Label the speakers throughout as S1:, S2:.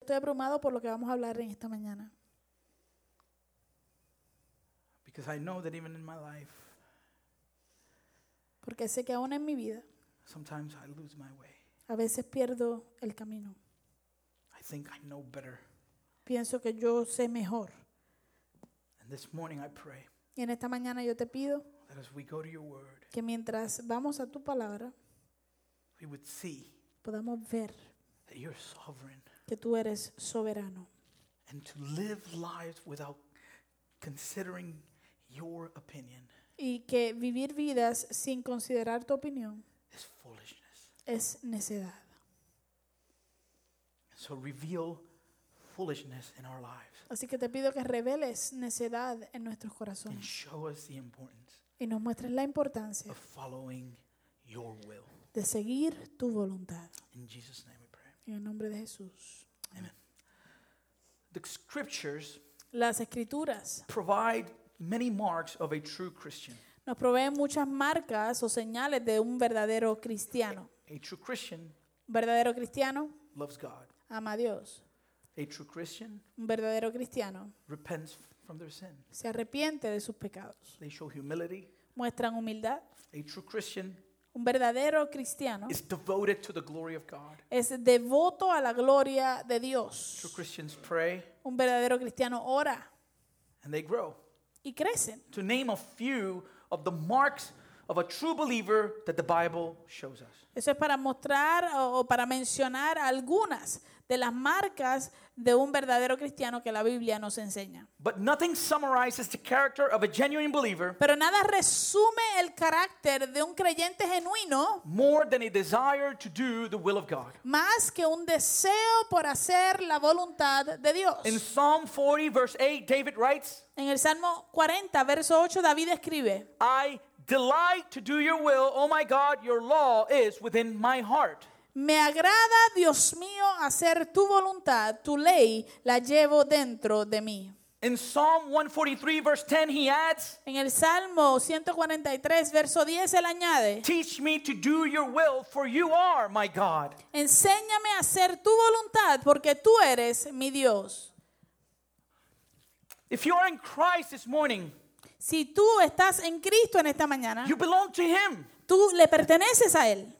S1: estoy abrumado por lo que vamos a hablar en esta mañana.
S2: because I know that even in my life,
S1: Porque sé que aún en mi vida
S2: sometimes I lose my way.
S1: a veces pierdo el camino.
S2: I think I know better.
S1: Pienso que yo sé mejor.
S2: And this morning I pray
S1: Y en esta mañana yo te pido
S2: that as we go to your word,
S1: que mientras vamos a tu palabra
S2: we would see
S1: podamos ver
S2: that you're sovereign
S1: que tú eres soberano
S2: and to live lives without considering your opinion
S1: y que vivir vidas sin considerar tu opinión
S2: is foolishness.
S1: es necedad.
S2: So reveal foolishness in our lives
S1: Así que te pido que reveles necedad en nuestros
S2: and
S1: corazones
S2: show us the importance
S1: y nos muestres la importancia
S2: of following your will.
S1: de seguir tu voluntad.
S2: In Jesus' name we pray.
S1: En el nombre de Jesús.
S2: The scriptures
S1: Las escrituras
S2: provide many marks of a true Christian.
S1: nos proveen muchas marcas o señales de un verdadero cristiano.
S2: A true Christian
S1: Un verdadero cristiano
S2: loves God.
S1: ama a Dios.
S2: A true Christian
S1: Un verdadero cristiano
S2: repents from their sin.
S1: se arrepiente de sus pecados.
S2: They show humility.
S1: Muestran humildad.
S2: A true Christian
S1: Un verdadero cristiano
S2: is devoted to the glory of God.
S1: es devoto a la gloria de
S2: True
S1: Dios.
S2: Christians pray
S1: Un verdadero cristiano ora
S2: and they grow.
S1: y crecen.
S2: To name a few of the marks of a true believer that the Bible shows us.
S1: Eso es para mostrar o, o para mencionar algunas de las marcas de un verdadero cristiano que la Biblia nos enseña.
S2: But nothing summarizes the character of a genuine believer
S1: Pero nada resume el carácter de un creyente genuino
S2: more than a desire to do the will of God.
S1: más que un deseo por hacer la voluntad de Dios.
S2: In Psalm 40, verse 8, David writes,
S1: En el Salmo 40, verso 8, David escribe,
S2: I delight to do your will. Oh my God, your law is within my heart.
S1: me agrada, Dios mío, hacer tu voluntad, tu ley la llevo dentro de mí.
S2: In Psalm 143, verse 10, he adds,
S1: En el Salmo 143, verso 10, él añade,
S2: Teach me to do your will, for you are my God.
S1: enséñame a hacer tu voluntad, porque tú eres mi Dios.
S2: If you are in Christ this morning,
S1: Si tú estás en Cristo en esta mañana,
S2: you belong to him.
S1: tú le perteneces a Él.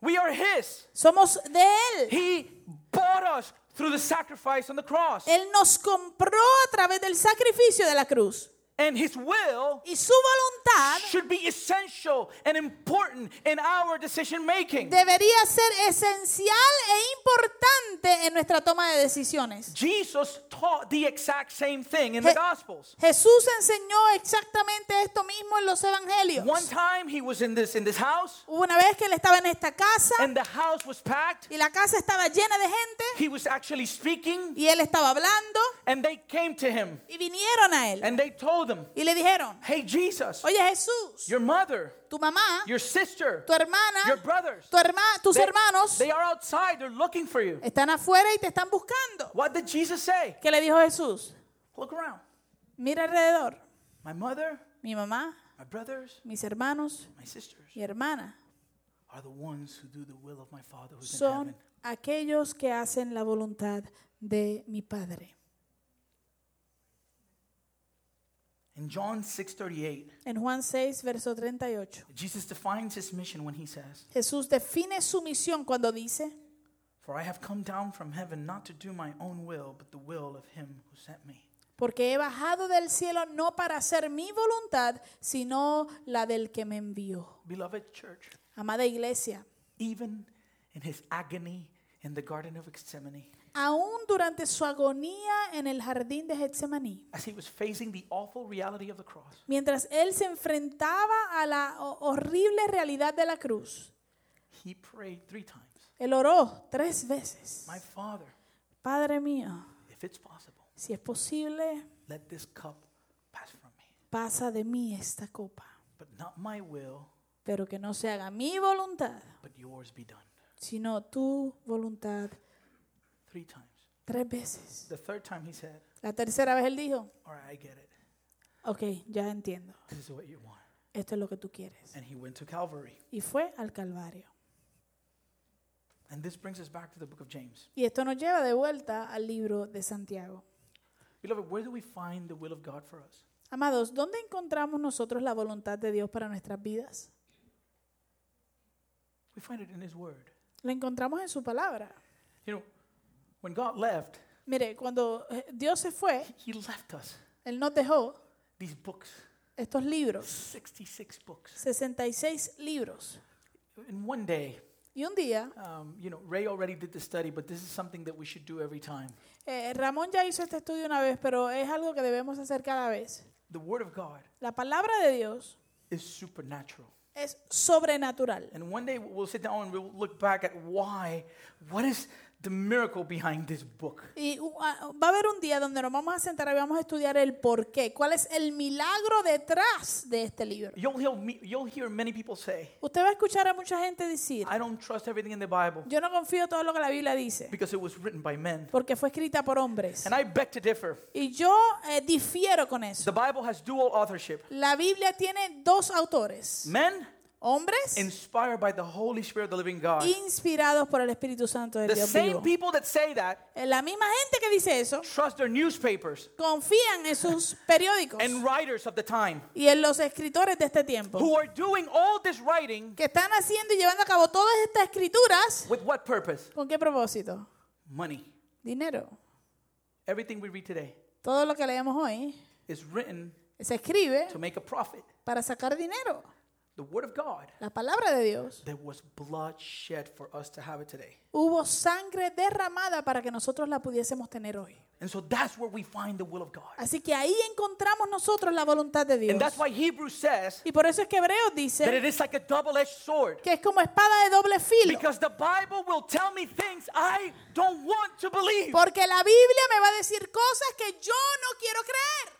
S2: We are his.
S1: Somos de Él.
S2: He bought us through the sacrifice on the cross.
S1: Él nos compró a través del sacrificio de la cruz.
S2: And his will
S1: Y su voluntad
S2: should be essential and important in our decision making.
S1: debería ser esencial e importante en nuestra toma de decisiones.
S2: Jesus taught the exact same thing in the
S1: Je-
S2: Gospels.
S1: Jesús enseñó exactamente esto mismo en los evangelios.
S2: One time he was in this in this house,
S1: Hubo una vez que él estaba en esta casa
S2: and the house was packed.
S1: y la casa estaba llena de gente
S2: He was actually speaking,
S1: y él estaba hablando
S2: and they came to him
S1: y vinieron a él
S2: and they told him,
S1: y le dijeron,
S2: "Hey Jesus,
S1: oye Jesús,
S2: your mother,
S1: tu mamá,
S2: your sister,
S1: tu
S2: your
S1: hermana,
S2: brothers,
S1: tu herma- tus
S2: they-
S1: hermanos
S2: they are outside. They're looking for you."
S1: están afuera y te están buscando.
S2: What did Jesus say?
S1: ¿Qué le dijo Jesús?
S2: Look around.
S1: Mira alrededor.
S2: My mother,
S1: Mi mamá,
S2: my brothers,
S1: mis hermanos,
S2: my sisters
S1: mi hermana
S2: are the ones who do the will of my Father who's in
S1: son
S2: heaven.
S1: aquellos que hacen la voluntad de mi Padre.
S2: In John 6:38,
S1: En Juan 6, verso 38.
S2: Jesus defines his mission when he says,
S1: Jesús define su misión cuando dice,
S2: "For I have come down from heaven not to do my own will, but the will of him who sent me."
S1: porque he bajado del cielo no para hacer mi voluntad, sino la del que me envió.
S2: Beloved church,
S1: Amada iglesia,
S2: even in his agony in the garden of Gethsemane,
S1: aún durante su agonía en el jardín de Getsemaní,
S2: as he was facing the awful reality of the cross,
S1: mientras él se enfrentaba a la ho- horrible realidad de la cruz,
S2: he prayed 3 times,
S1: él oró tres veces.
S2: "My Father,
S1: Padre mío,
S2: if it's possible,
S1: si es posible,
S2: let this cup pass from me,
S1: pasa de mí esta copa,
S2: but not my will,
S1: pero que no se haga mi voluntad,
S2: but yours be done."
S1: sino tu voluntad
S2: 3 times.
S1: tres veces.
S2: The third time he said,
S1: La tercera vez él dijo,
S2: "All right, I get it.
S1: ok, ya entiendo,
S2: This is what you want."
S1: esto es lo que tú quieres.
S2: And he went to Calvary.
S1: Y fue al Calvario.
S2: And this brings us back to the book of James.
S1: Y esto nos lleva de vuelta al libro de Santiago.
S2: Beloved, where do we find the will of God for us?
S1: Amados, ¿dónde encontramos nosotros la voluntad de Dios para nuestras vidas?
S2: We find it in His Word.
S1: La encontramos en su palabra.
S2: You know, when God left,
S1: Mire, cuando eh, Dios se fue,
S2: He left us
S1: Él nos dejó
S2: these books,
S1: estos libros,
S2: 66 books.
S1: 66 libros.
S2: In one day,
S1: Y un día,
S2: um, you know, Ray already did the study, but this is something that we should do every time.
S1: eh, Ramón ya hizo este estudio una vez, pero es algo que debemos hacer cada vez.
S2: The Word of God
S1: La palabra de Dios
S2: is supernatural.
S1: es sobrenatural.
S2: And one day we'll sit down and we'll look back at why, what is the miracle behind this book?
S1: Y uh, ah, va a haber un día donde nos vamos a sentar y vamos a estudiar el por qué, cuál es el milagro detrás de este libro.
S2: You'll hear, me, you'll hear many people say,
S1: Usted va a escuchar a mucha gente decir,
S2: I don't trust everything in the Bible
S1: yo no confío todo lo que la Biblia dice,
S2: because it was written by men.
S1: porque fue escrita por hombres.
S2: And I beg to differ.
S1: Y yo eh, difiero con eso.
S2: The Bible has dual authorship
S1: La Biblia tiene dos autores,
S2: men
S1: hombres
S2: inspired by the Holy Spirit of the living God.
S1: inspirados por el Espíritu Santo de
S2: The
S1: Dios
S2: same
S1: vivo.
S2: people that say that
S1: Eh, La misma gente que dice eso
S2: trust their newspapers
S1: confían en sus periódicos
S2: and writers of the time
S1: y en los escritores de este tiempo,
S2: who are doing all this writing
S1: que están haciendo y llevando a cabo todas estas escrituras.
S2: with what purpose?
S1: ¿Con qué propósito?
S2: Money.
S1: Dinero.
S2: Everything we read today
S1: Todo lo que leemos hoy
S2: is written
S1: se escribe
S2: to make a profit.
S1: para sacar dinero.
S2: The Word of God,
S1: La palabra de Dios.
S2: there was blood shed for us to have it today.
S1: Hubo sangre derramada para que nosotros la pudiésemos tener hoy.
S2: And so that's where we find the will of God.
S1: Así que ahí encontramos nosotros la voluntad de Dios.
S2: And that's why Hebrews says
S1: Y por eso es que Hebreos
S2: that it
S1: dice
S2: is like a double edged sword.
S1: que es como espada de doble filo.
S2: Because the Bible will tell me things I don't want to believe.
S1: Porque la Biblia me va a decir cosas que yo no quiero creer.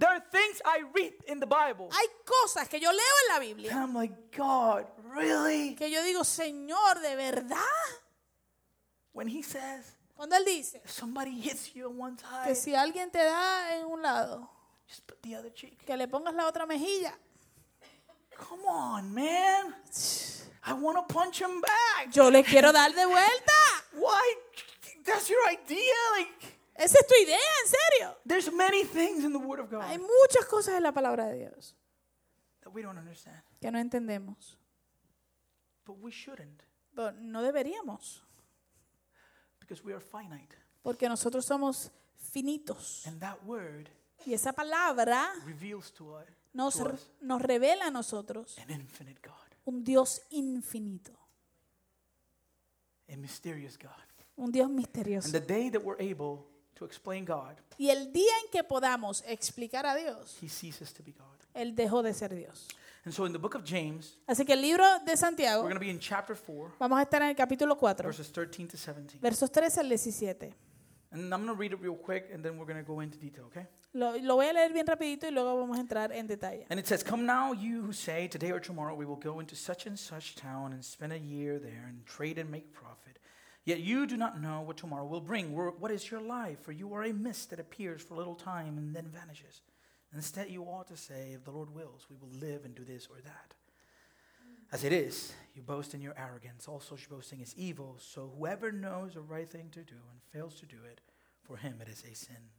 S2: There are things I read in the Bible.
S1: Hay cosas que yo leo en la
S2: And
S1: Biblia
S2: I'm like, God, really?
S1: que yo digo, Señor, ¿de verdad?
S2: When He says
S1: Cuando Él dice
S2: if somebody hits you on one
S1: que
S2: side,
S1: si alguien te da en un lado,
S2: just put the other cheek.
S1: que le pongas la otra mejilla.
S2: Come on, man. I want to punch him back.
S1: Yo le quiero dar de vuelta.
S2: Why? That's your idea? Like,
S1: Esa es tu idea, en serio.
S2: There's many things in the Word of
S1: Hay
S2: God
S1: muchas cosas en la palabra de Dios
S2: that we don't understand,
S1: que no entendemos.
S2: but we shouldn't
S1: Pero no deberíamos,
S2: because we are finite.
S1: porque nosotros somos finitos.
S2: And that Word
S1: Y esa palabra
S2: reveals to us,
S1: nos,
S2: to us
S1: nos revela a nosotros
S2: an infinite God,
S1: un Dios infinito,
S2: a mysterious God.
S1: un Dios
S2: And
S1: misterioso.
S2: the day that we're able to explain God,
S1: Y el día en que podamos explicar a Dios,
S2: He ceases to be God.
S1: Él dejó de ser Dios.
S2: And so in the book of James,
S1: Así que el libro de
S2: we're
S1: Santiago,
S2: going to be in chapter 4,
S1: vamos a estar en el capítulo 4,
S2: verses 13 to 17.
S1: versos 13 al 17.
S2: And I'm going to read it real quick and then we're going to go into detail, okay?
S1: Lo, lo voy a leer bien rapidito y luego vamos a entrar en detalle.
S2: And it says, Come now, you who say, Today or tomorrow we will go into such and such town and spend a year there and trade and make profit. Yet you do not know what tomorrow will bring. Wor- What is your life? For you are a mist that appears for a little time and then vanishes. Instead, you ought to say, If the Lord wills, we will live and do this or that. As it is, you boast in your arrogance. All such boasting is evil. So whoever knows the right thing to do and fails to do it, for him it is a sin.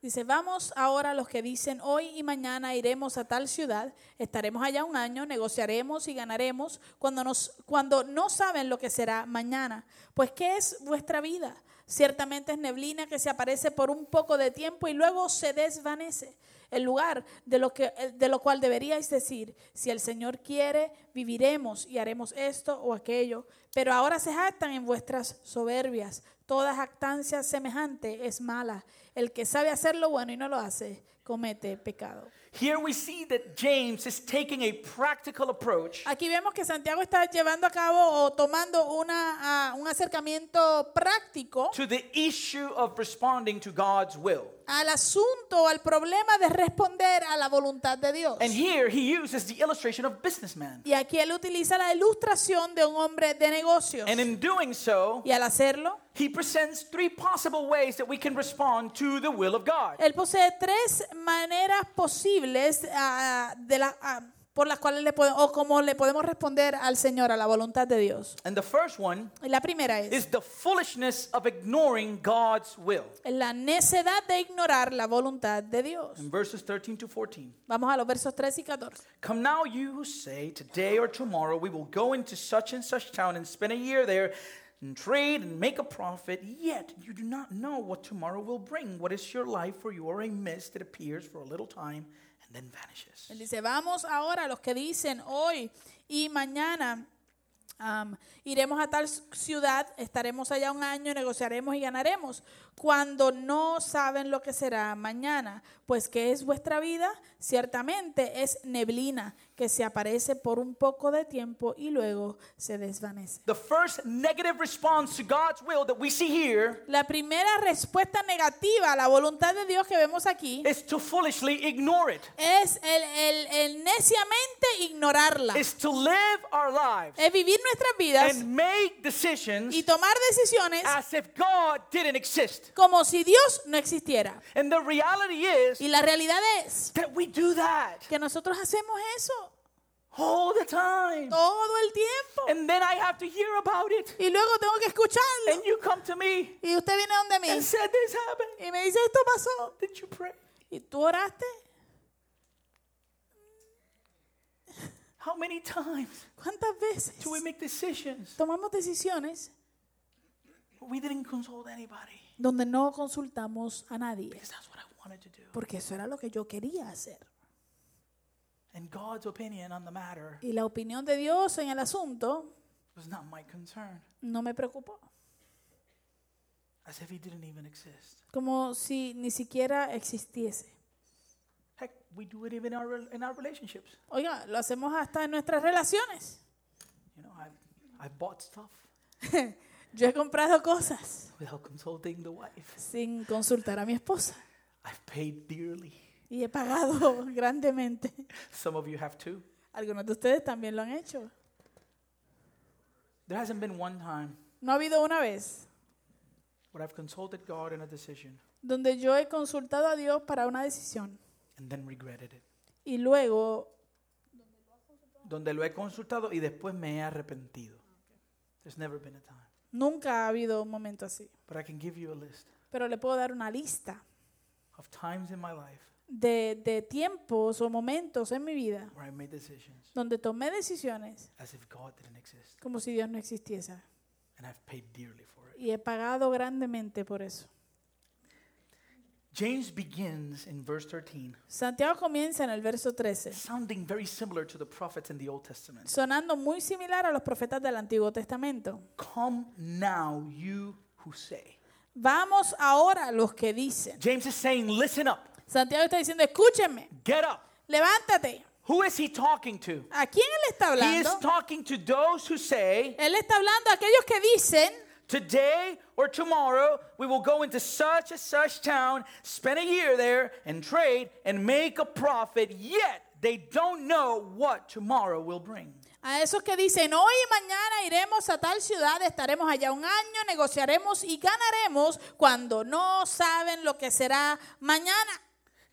S1: Dice, vamos ahora los que dicen, hoy y mañana iremos a tal ciudad, estaremos allá un año, negociaremos y ganaremos cuando, nos, cuando no saben lo que será mañana. Pues, ¿qué es vuestra vida? Ciertamente es neblina que se aparece por un poco de tiempo y luego se desvanece. En lugar de lo, que, de lo cual deberíais decir, si el Señor quiere, viviremos y haremos esto o aquello. Pero ahora se jactan en vuestras soberbias. Toda jactancia semejante es mala. El que sabe hacer lo bueno y no lo hace, comete pecado.
S2: Here we see that James is taking a practical approach
S1: Aquí vemos que Santiago está llevando a cabo o tomando una, ah, un acercamiento práctico
S2: to the issue of responding to God's will.
S1: al asunto, al problema de responder a la voluntad de Dios.
S2: And here he uses the illustration of businessman.
S1: Y aquí él utiliza la ilustración de un hombre de negocios.
S2: And in doing so,
S1: Y al hacerlo,
S2: he presents three possible ways that we can respond to the will of God.
S1: él posee tres maneras posibles ah, de la, ah, por las cuales le podemos, o cómo le podemos responder al Señor, a la voluntad de Dios.
S2: And the first one
S1: Y la primera es,
S2: is the foolishness of ignoring God's will.
S1: la necedad de ignorar la voluntad de Dios.
S2: In verses 13 to 14.
S1: Vamos a los versos 3 y 14.
S2: Come now, you who say, Today or tomorrow we will go into such and such town and spend a year there and trade and make a profit, yet you do not know what tomorrow will bring. What is your life? For you are a mist that appears for a little time and then vanishes.
S1: Él dice, vamos ahora los que dicen hoy y mañana am, iremos a tal ciudad, estaremos allá un año, negociaremos y ganaremos, cuando no saben lo que será mañana, pues que es vuestra vida, ciertamente es neblina que se aparece por un poco de tiempo y luego se desvanece.
S2: The first negative response to God's will that we see here
S1: La primera respuesta negativa a la voluntad de Dios que vemos aquí
S2: is to foolishly ignore it,
S1: es el, el- el neciamente ignorarla.
S2: is to live our lives
S1: Es vivir nuestras vidas
S2: and make decisions
S1: y tomar decisiones
S2: as if God didn't exist.
S1: como si Dios no existiera.
S2: And the reality is
S1: Y la realidad es
S2: that we do that.
S1: que nosotros hacemos eso
S2: all the time.
S1: todo el tiempo.
S2: And then I have to hear about it.
S1: Y luego tengo que
S2: And
S1: escucharlo.
S2: you come to me
S1: Y usted viene donde mí
S2: and said this happened.
S1: y me dice, esto pasó.
S2: Did you pray?
S1: ¿Y tú oraste?
S2: How many times
S1: ¿Cuántas veces
S2: do we make decisions?
S1: tomamos decisiones
S2: We didn't consult anybody
S1: donde no consultamos a nadie?
S2: because that's what I wanted to do.
S1: Porque eso era lo que yo quería hacer.
S2: And God's opinion on the matter
S1: Y la opinión de Dios en el asunto
S2: was not my concern,
S1: no me preocupó.
S2: as if He didn't even exist.
S1: Como si ni siquiera existiese.
S2: Heck, we do it even in our, in our relationships.
S1: Oiga, lo hacemos hasta en nuestras relaciones.
S2: You know, I've, I've bought stuff
S1: Yo he comprado cosas
S2: without consulting the wife,
S1: sin consultar a mi esposa
S2: I've paid dearly.
S1: y he pagado grandemente.
S2: Some of you have too.
S1: Algunos de ustedes también lo han hecho.
S2: There hasn't been one time
S1: No ha habido una vez
S2: where I've consulted God in a decision
S1: donde yo he consultado a Dios para una decisión
S2: and then regretted it.
S1: y luego
S2: Donde lo he consultado y después me he arrepentido. There's never been a time.
S1: nunca ha habido un momento así.
S2: But I can give you a list
S1: Pero le puedo dar una lista
S2: of times in my life
S1: de, de tiempos o momentos en mi vida
S2: where I made decisions
S1: donde tomé decisiones
S2: as if God didn't exist.
S1: como si Dios no existiese
S2: And I've paid dearly for it.
S1: y he pagado grandemente por eso.
S2: James begins in verse 13,
S1: Santiago comienza en el verso 13.
S2: sounding very similar to the prophets in the Old Testament.
S1: sonando muy similar a los profetas del Antiguo Testamento.
S2: Come now, you who say.
S1: Vamos ahora a los que dicen.
S2: James is saying, listen up,
S1: Santiago está diciendo, escúchenme,
S2: get up.
S1: levántate.
S2: Who is he talking to?
S1: ¿A quién él está
S2: He is
S1: hablando?
S2: talking to those who say,
S1: Él está hablando a aquellos que dicen,
S2: Today or tomorrow, we will go into such and such town, spend a year there, and trade and make a profit, yet they don't know what tomorrow will bring.
S1: a esos que dicen, hoy y mañana iremos a tal ciudad, estaremos allá un año, negociaremos y ganaremos cuando no saben lo que será mañana.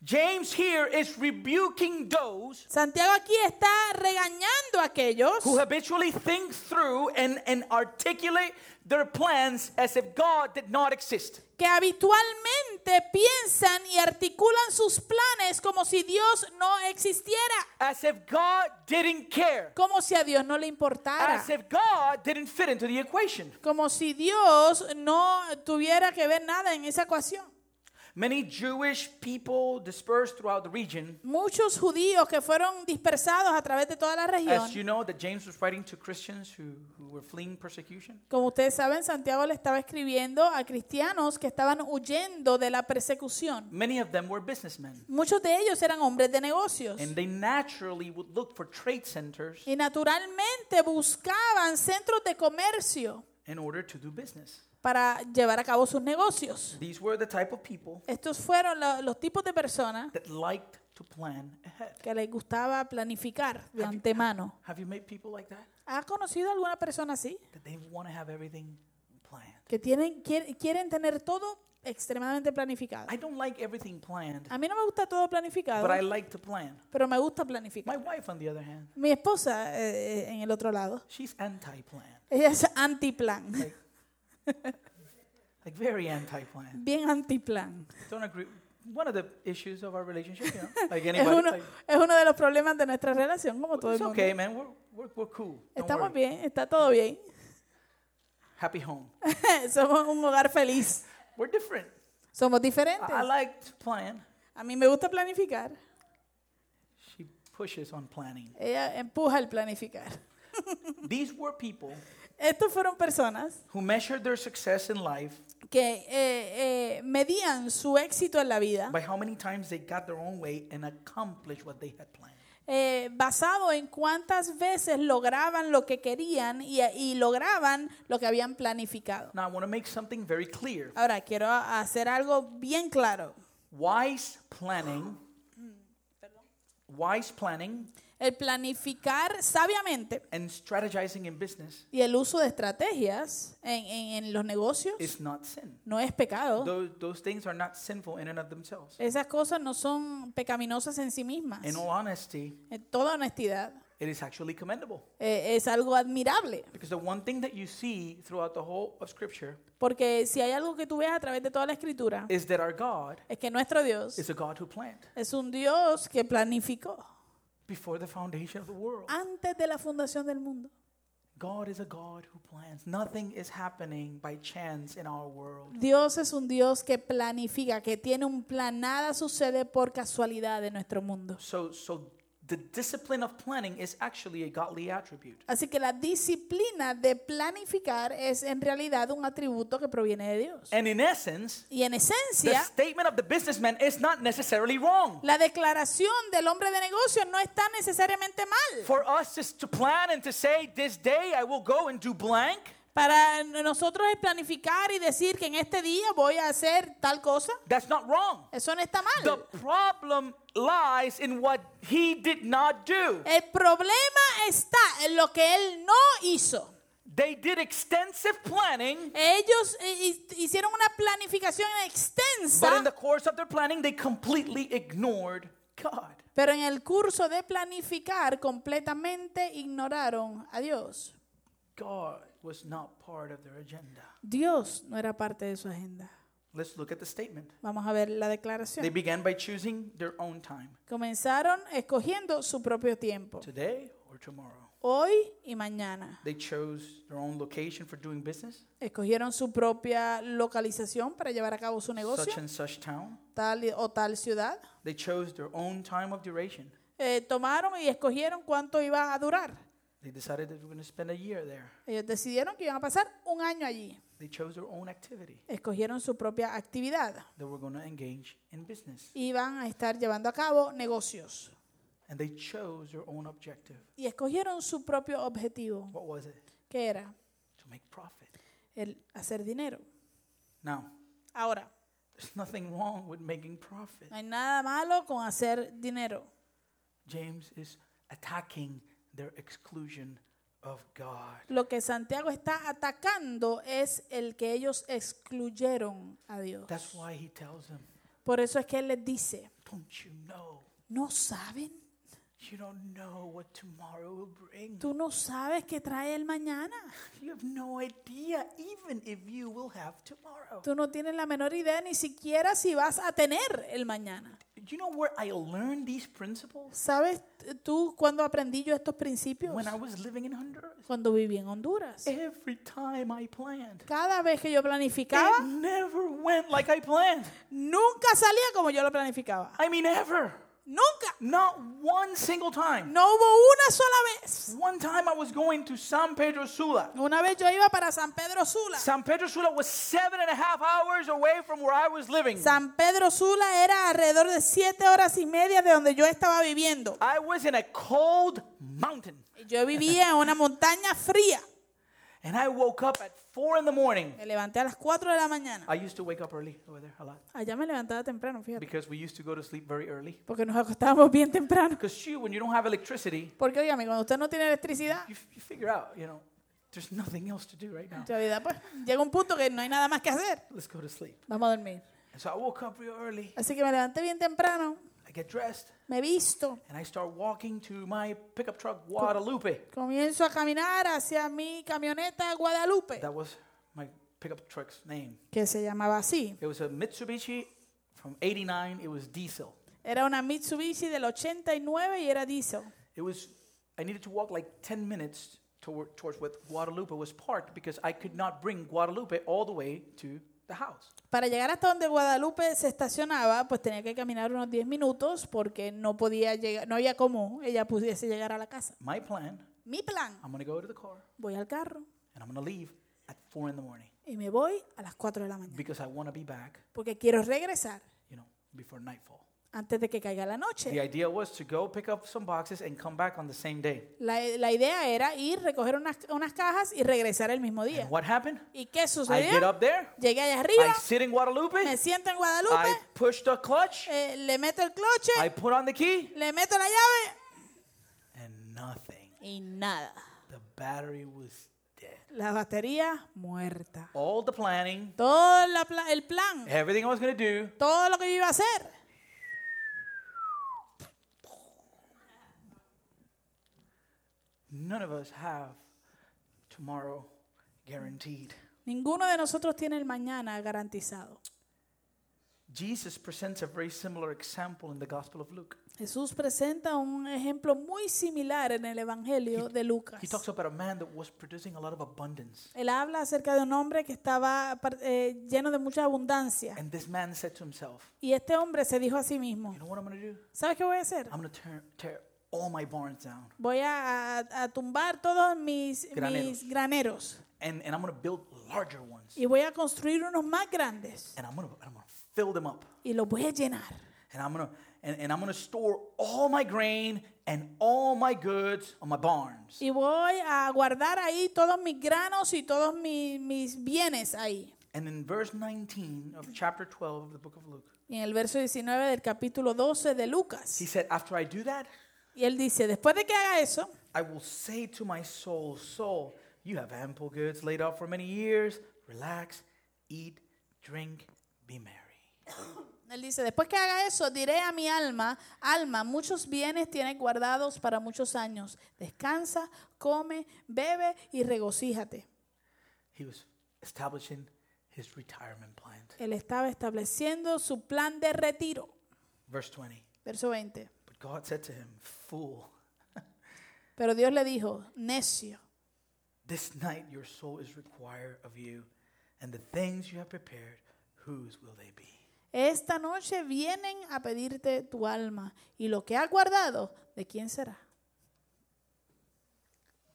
S2: James here is rebuking those
S1: Santiago aquí está regañando a aquellos
S2: who habitually think through and, and articulate their plans as if God did not exist.
S1: que habitualmente piensan y articulan sus planes como si Dios no existiera,
S2: As if God didn't care.
S1: como si a Dios no le importara,
S2: As if God didn't fit into the equation.
S1: como si Dios no tuviera que ver nada en esa ecuación.
S2: Many Jewish people dispersed throughout the region
S1: Muchos judíos que fueron dispersados a través de toda la
S2: As you
S1: región,
S2: know, that James was writing to Christians who, who were fleeing persecution.
S1: como ustedes saben, Santiago le estaba escribiendo a cristianos que estaban huyendo de la persecución.
S2: Many of them were businessmen,
S1: Muchos de ellos eran hombres de negocios.
S2: and they naturally would look for trade centers
S1: Y naturalmente buscaban centros de comercio
S2: in order to do business.
S1: para llevar a cabo sus negocios.
S2: These were the type of people
S1: Estos fueron lo- los tipos de personas
S2: that liked to plan ahead.
S1: que les gustaba planificar de antemano.
S2: Have you met people like that?
S1: ¿Ha conocido alguna persona así?
S2: That they want to have everything planned.
S1: que tienen, quier- quieren tener todo extremadamente planificado.
S2: I don't like everything planned,
S1: A mí no me gusta todo planificado,
S2: but I like to plan.
S1: pero me gusta
S2: My
S1: planificar.
S2: wife, on the other hand,
S1: Mi esposa, eh, eh, en el otro lado,
S2: she's anti-plan,
S1: ella es anti-plan,
S2: like very anti-plan.
S1: bien anti-plan.
S2: Don't agree. One of the issues of our relationship, you know, like
S1: Es
S2: anybody.
S1: uno,
S2: like,
S1: es uno de los problemas de nuestra relación, como todo el
S2: it's
S1: mundo.
S2: okay, man. We're, we're, we're cool. Don't worry.
S1: Estamos bien, está todo bien.
S2: Happy home.
S1: Somos un hogar feliz.
S2: We're different.
S1: Somos
S2: I, I
S1: diferentes.
S2: like to plan.
S1: A mí me gusta planificar.
S2: She pushes on planning.
S1: Ella empuja el planificar.
S2: These were people
S1: Estos fueron personas
S2: who measured their success in life
S1: que eh, eh, medían su éxito en la vida
S2: by how many times they got their own way and accomplished what they had planned.
S1: eh, basado en cuántas veces lograban lo que querían y, y lograban lo que habían planificado.
S2: Now, I want to make something very clear.
S1: Ahora, quiero a- hacer algo bien claro.
S2: Wise planning, wise planning
S1: El planificar sabiamente
S2: and strategizing in business
S1: y el uso de estrategias en, en- en los negocios
S2: is not sin.
S1: no es pecado.
S2: Those, those things are not sinful in and of themselves.
S1: Esas cosas no son pecaminosas en sí mismas.
S2: In all honesty,
S1: En toda honestidad,
S2: it is actually commendable
S1: eh, es algo admirable.
S2: because the one thing that you see throughout the whole of Scripture
S1: Porque si hay algo que tú ves a través de toda la escritura,
S2: is that our God
S1: es que nuestro Dios
S2: is a God who planned
S1: es un Dios que planificó
S2: before the foundation of the world.
S1: antes de la fundación del mundo.
S2: God is a God who plans. Nothing is happening by chance in our world.
S1: Dios es un Dios que planifica, que tiene un plan. Nada sucede por casualidad en nuestro mundo.
S2: So, so the discipline of planning is actually a godly attribute.
S1: Así que la disciplina de planificar es en realidad un atributo que proviene de Dios.
S2: And in essence,
S1: Y en
S2: the
S1: esencia,
S2: statement of the businessman is not necessarily wrong.
S1: la declaración del hombre de negocios no está necesariamente mal.
S2: For us just to plan and to say, this day I will go and do blank,
S1: Para nosotros es planificar y decir que en este día voy a hacer tal cosa.
S2: that's not wrong.
S1: Eso no está
S2: The
S1: mal.
S2: problem lies in what he did not do.
S1: El problema está en lo que él no hizo.
S2: They did extensive planning,
S1: Ellos eh, hi- hicieron una planificación
S2: but in the
S1: extensa,
S2: course of their planning, they completely ignored God.
S1: pero en el curso de planificar completamente ignoraron a Dios.
S2: God was not part of their agenda.
S1: Dios no era parte de su agenda.
S2: Let's look at the statement.
S1: Vamos a ver la
S2: They
S1: declaración.
S2: began by choosing their own time,
S1: Comenzaron escogiendo su propio tiempo,
S2: today or tomorrow.
S1: hoy y mañana.
S2: They chose their own location for doing business,
S1: Escogieron su propia localización para llevar a cabo su negocio,
S2: such and such town.
S1: tal y- o tal ciudad.
S2: They chose their own time of duration.
S1: Eh, tomaron y escogieron cuánto iba a durar.
S2: They decided that they were going to spend a year there.
S1: Ellos decidieron que iban a pasar un año allí.
S2: They chose their own activity.
S1: Escogieron su propia actividad.
S2: They were going to engage in business.
S1: Iban a estar llevando a cabo negocios.
S2: And they chose their own objective.
S1: Y escogieron su propio objetivo,
S2: What was it?
S1: que era
S2: To make profit.
S1: el hacer dinero.
S2: Now,
S1: Ahora,
S2: there's nothing wrong with making profit.
S1: no hay nada malo con hacer dinero.
S2: James is attacking their exclusion of God.
S1: Lo que Santiago está atacando es el que ellos excluyeron a Dios.
S2: That's why he tells them,
S1: Por eso es que él les dice,
S2: Don't you know?
S1: ¿no saben?
S2: You don't know what tomorrow will bring.
S1: Tú no sabes qué trae el mañana.
S2: You have no idea, even if you will have tomorrow.
S1: Tú no tienes la menor idea ni siquiera si vas a tener el mañana.
S2: Do you know where I learned these principles?
S1: ¿Sabes t- tú cuando aprendí yo estos principios?
S2: When I was Eh, living in Honduras.
S1: Cuando viví en Honduras.
S2: Every time I planned,
S1: Cada vez que yo
S2: it eh,
S1: planificaba,
S2: never went like I planned.
S1: nunca salía como yo lo planificaba.
S2: I mean, ever.
S1: Nunca.
S2: Not one single time.
S1: No hubo una sola vez.
S2: One time I was going to San Pedro Sula.
S1: Una vez yo iba para San Pedro Sula.
S2: San Pedro Sula was seven and a half hours away from where I was living.
S1: San Pedro Sula era alrededor de siete horas y media de donde yo estaba viviendo.
S2: I was in a cold mountain.
S1: Yo vivía en una montaña fría.
S2: And I woke up at four in the morning.
S1: Me levanté a las 4 de la mañana.
S2: I used to wake up early over there a lot
S1: Allá me levantaba temprano, fíjate.
S2: because we used to go to sleep very early.
S1: Porque nos acostábamos bien temprano.
S2: Because you, when you don't have electricity,
S1: Porque, óigame, cuando usted no tiene electricidad,
S2: you, f- you figure out, you know, There's nothing else to do right now.
S1: En realidad, pues, llega un punto que no hay nada más que hacer.
S2: Let's go to sleep.
S1: Vamos a dormir.
S2: And so I woke up real early.
S1: Así que me levanté bien temprano,
S2: I get dressed
S1: me visto,
S2: and I start walking to my pickup truck, Guadalupe.
S1: comienzo a caminar hacia mi camioneta Guadalupe,
S2: That was my pickup truck's name.
S1: que se llamaba así.
S2: It was a Mitsubishi from 89. It was diesel.
S1: Era una Mitsubishi del 89 y era diesel.
S2: It was, I needed to walk like 10 minutes toward, towards where Guadalupe was parked because I could not bring Guadalupe all the way to the house.
S1: Para llegar hasta donde Guadalupe se estacionaba, pues tenía que caminar unos 10 minutos porque no podía llegar, no había cómo ella pudiese llegar a la casa.
S2: My plan,
S1: Mi plan,
S2: I'm going to go to the car
S1: voy al carro
S2: and I'm going to leave at 4 in the morning
S1: y me voy a las 4 de la mañana
S2: because I want to be back,
S1: porque quiero regresar
S2: you know, before nightfall.
S1: antes de que caiga la
S2: The
S1: noche.
S2: idea was to go pick up some boxes and come back on the same day.
S1: La, la idea era ir, recoger unas, unas cajas y regresar el mismo día.
S2: And what happened?
S1: ¿Y qué
S2: I get
S1: sucedió?
S2: up there,
S1: Llegué allá
S2: I
S1: arriba,
S2: sit in Guadalupe,
S1: me siento en
S2: I
S1: Guadalupe,
S2: push the clutch,
S1: eh, le meto el
S2: I
S1: cloche,
S2: put on the key,
S1: le meto la llave
S2: and nothing.
S1: y nada.
S2: The battery was dead.
S1: La batería muerta.
S2: All the planning,
S1: Todo la pla- el plan,
S2: everything I was going to do,
S1: todo lo que yo iba a hacer,
S2: none of us have tomorrow guaranteed.
S1: ninguno de nosotros tiene el mañana garantizado.
S2: Jesus presents a very similar example in the Gospel of Luke.
S1: Jesús presenta un ejemplo muy similar en el Evangelio de Lucas.
S2: He talks about a man that was producing a lot of abundance.
S1: Él habla acerca de un hombre que estaba par- eh, lleno de mucha abundancia.
S2: And this man said to himself,
S1: Y este hombre se dijo a sí mismo,
S2: You know what I'm going to do?
S1: ¿sabes qué voy a hacer?
S2: I'm going to tear, tear all my barns down
S1: Voy a, a- a tumbar todos mis
S2: Graneros.
S1: mis graneros
S2: and, and I'm going to build larger ones
S1: y voy a construir unos más grandes
S2: and I'm going to I'm going to fill them up
S1: y los voy a llenar.
S2: and I'm going to and, and I'm going to store all my grain and all my goods on my barns.
S1: Y voy a guardar ahí todos mis granos y todos mi- mis bienes ahí.
S2: And in verse 19 of chapter 12 of the book of Luke,
S1: Y en el verso 19 del capítulo 12 de Lucas.
S2: he said, After I do that,
S1: Y él dice, después de que haga eso,
S2: I will say to my soul, Soul, you have ample goods laid up for many years. Relax, eat, drink, be merry.
S1: él dice, después que haga eso, diré a mi alma, alma, muchos bienes tienes guardados para muchos años. Descansa, come, bebe y regocíjate.
S2: He was establishing his retirement plan.
S1: Él estaba estableciendo su plan de retiro.
S2: Verse 20.
S1: Verso 20.
S2: But God said to him, Fool,
S1: Pero Dios le dijo, necio,
S2: this night your soul is required of you, and the things you have prepared, whose will they be?
S1: Esta noche vienen a pedirte tu alma y lo que has guardado, ¿de quién será?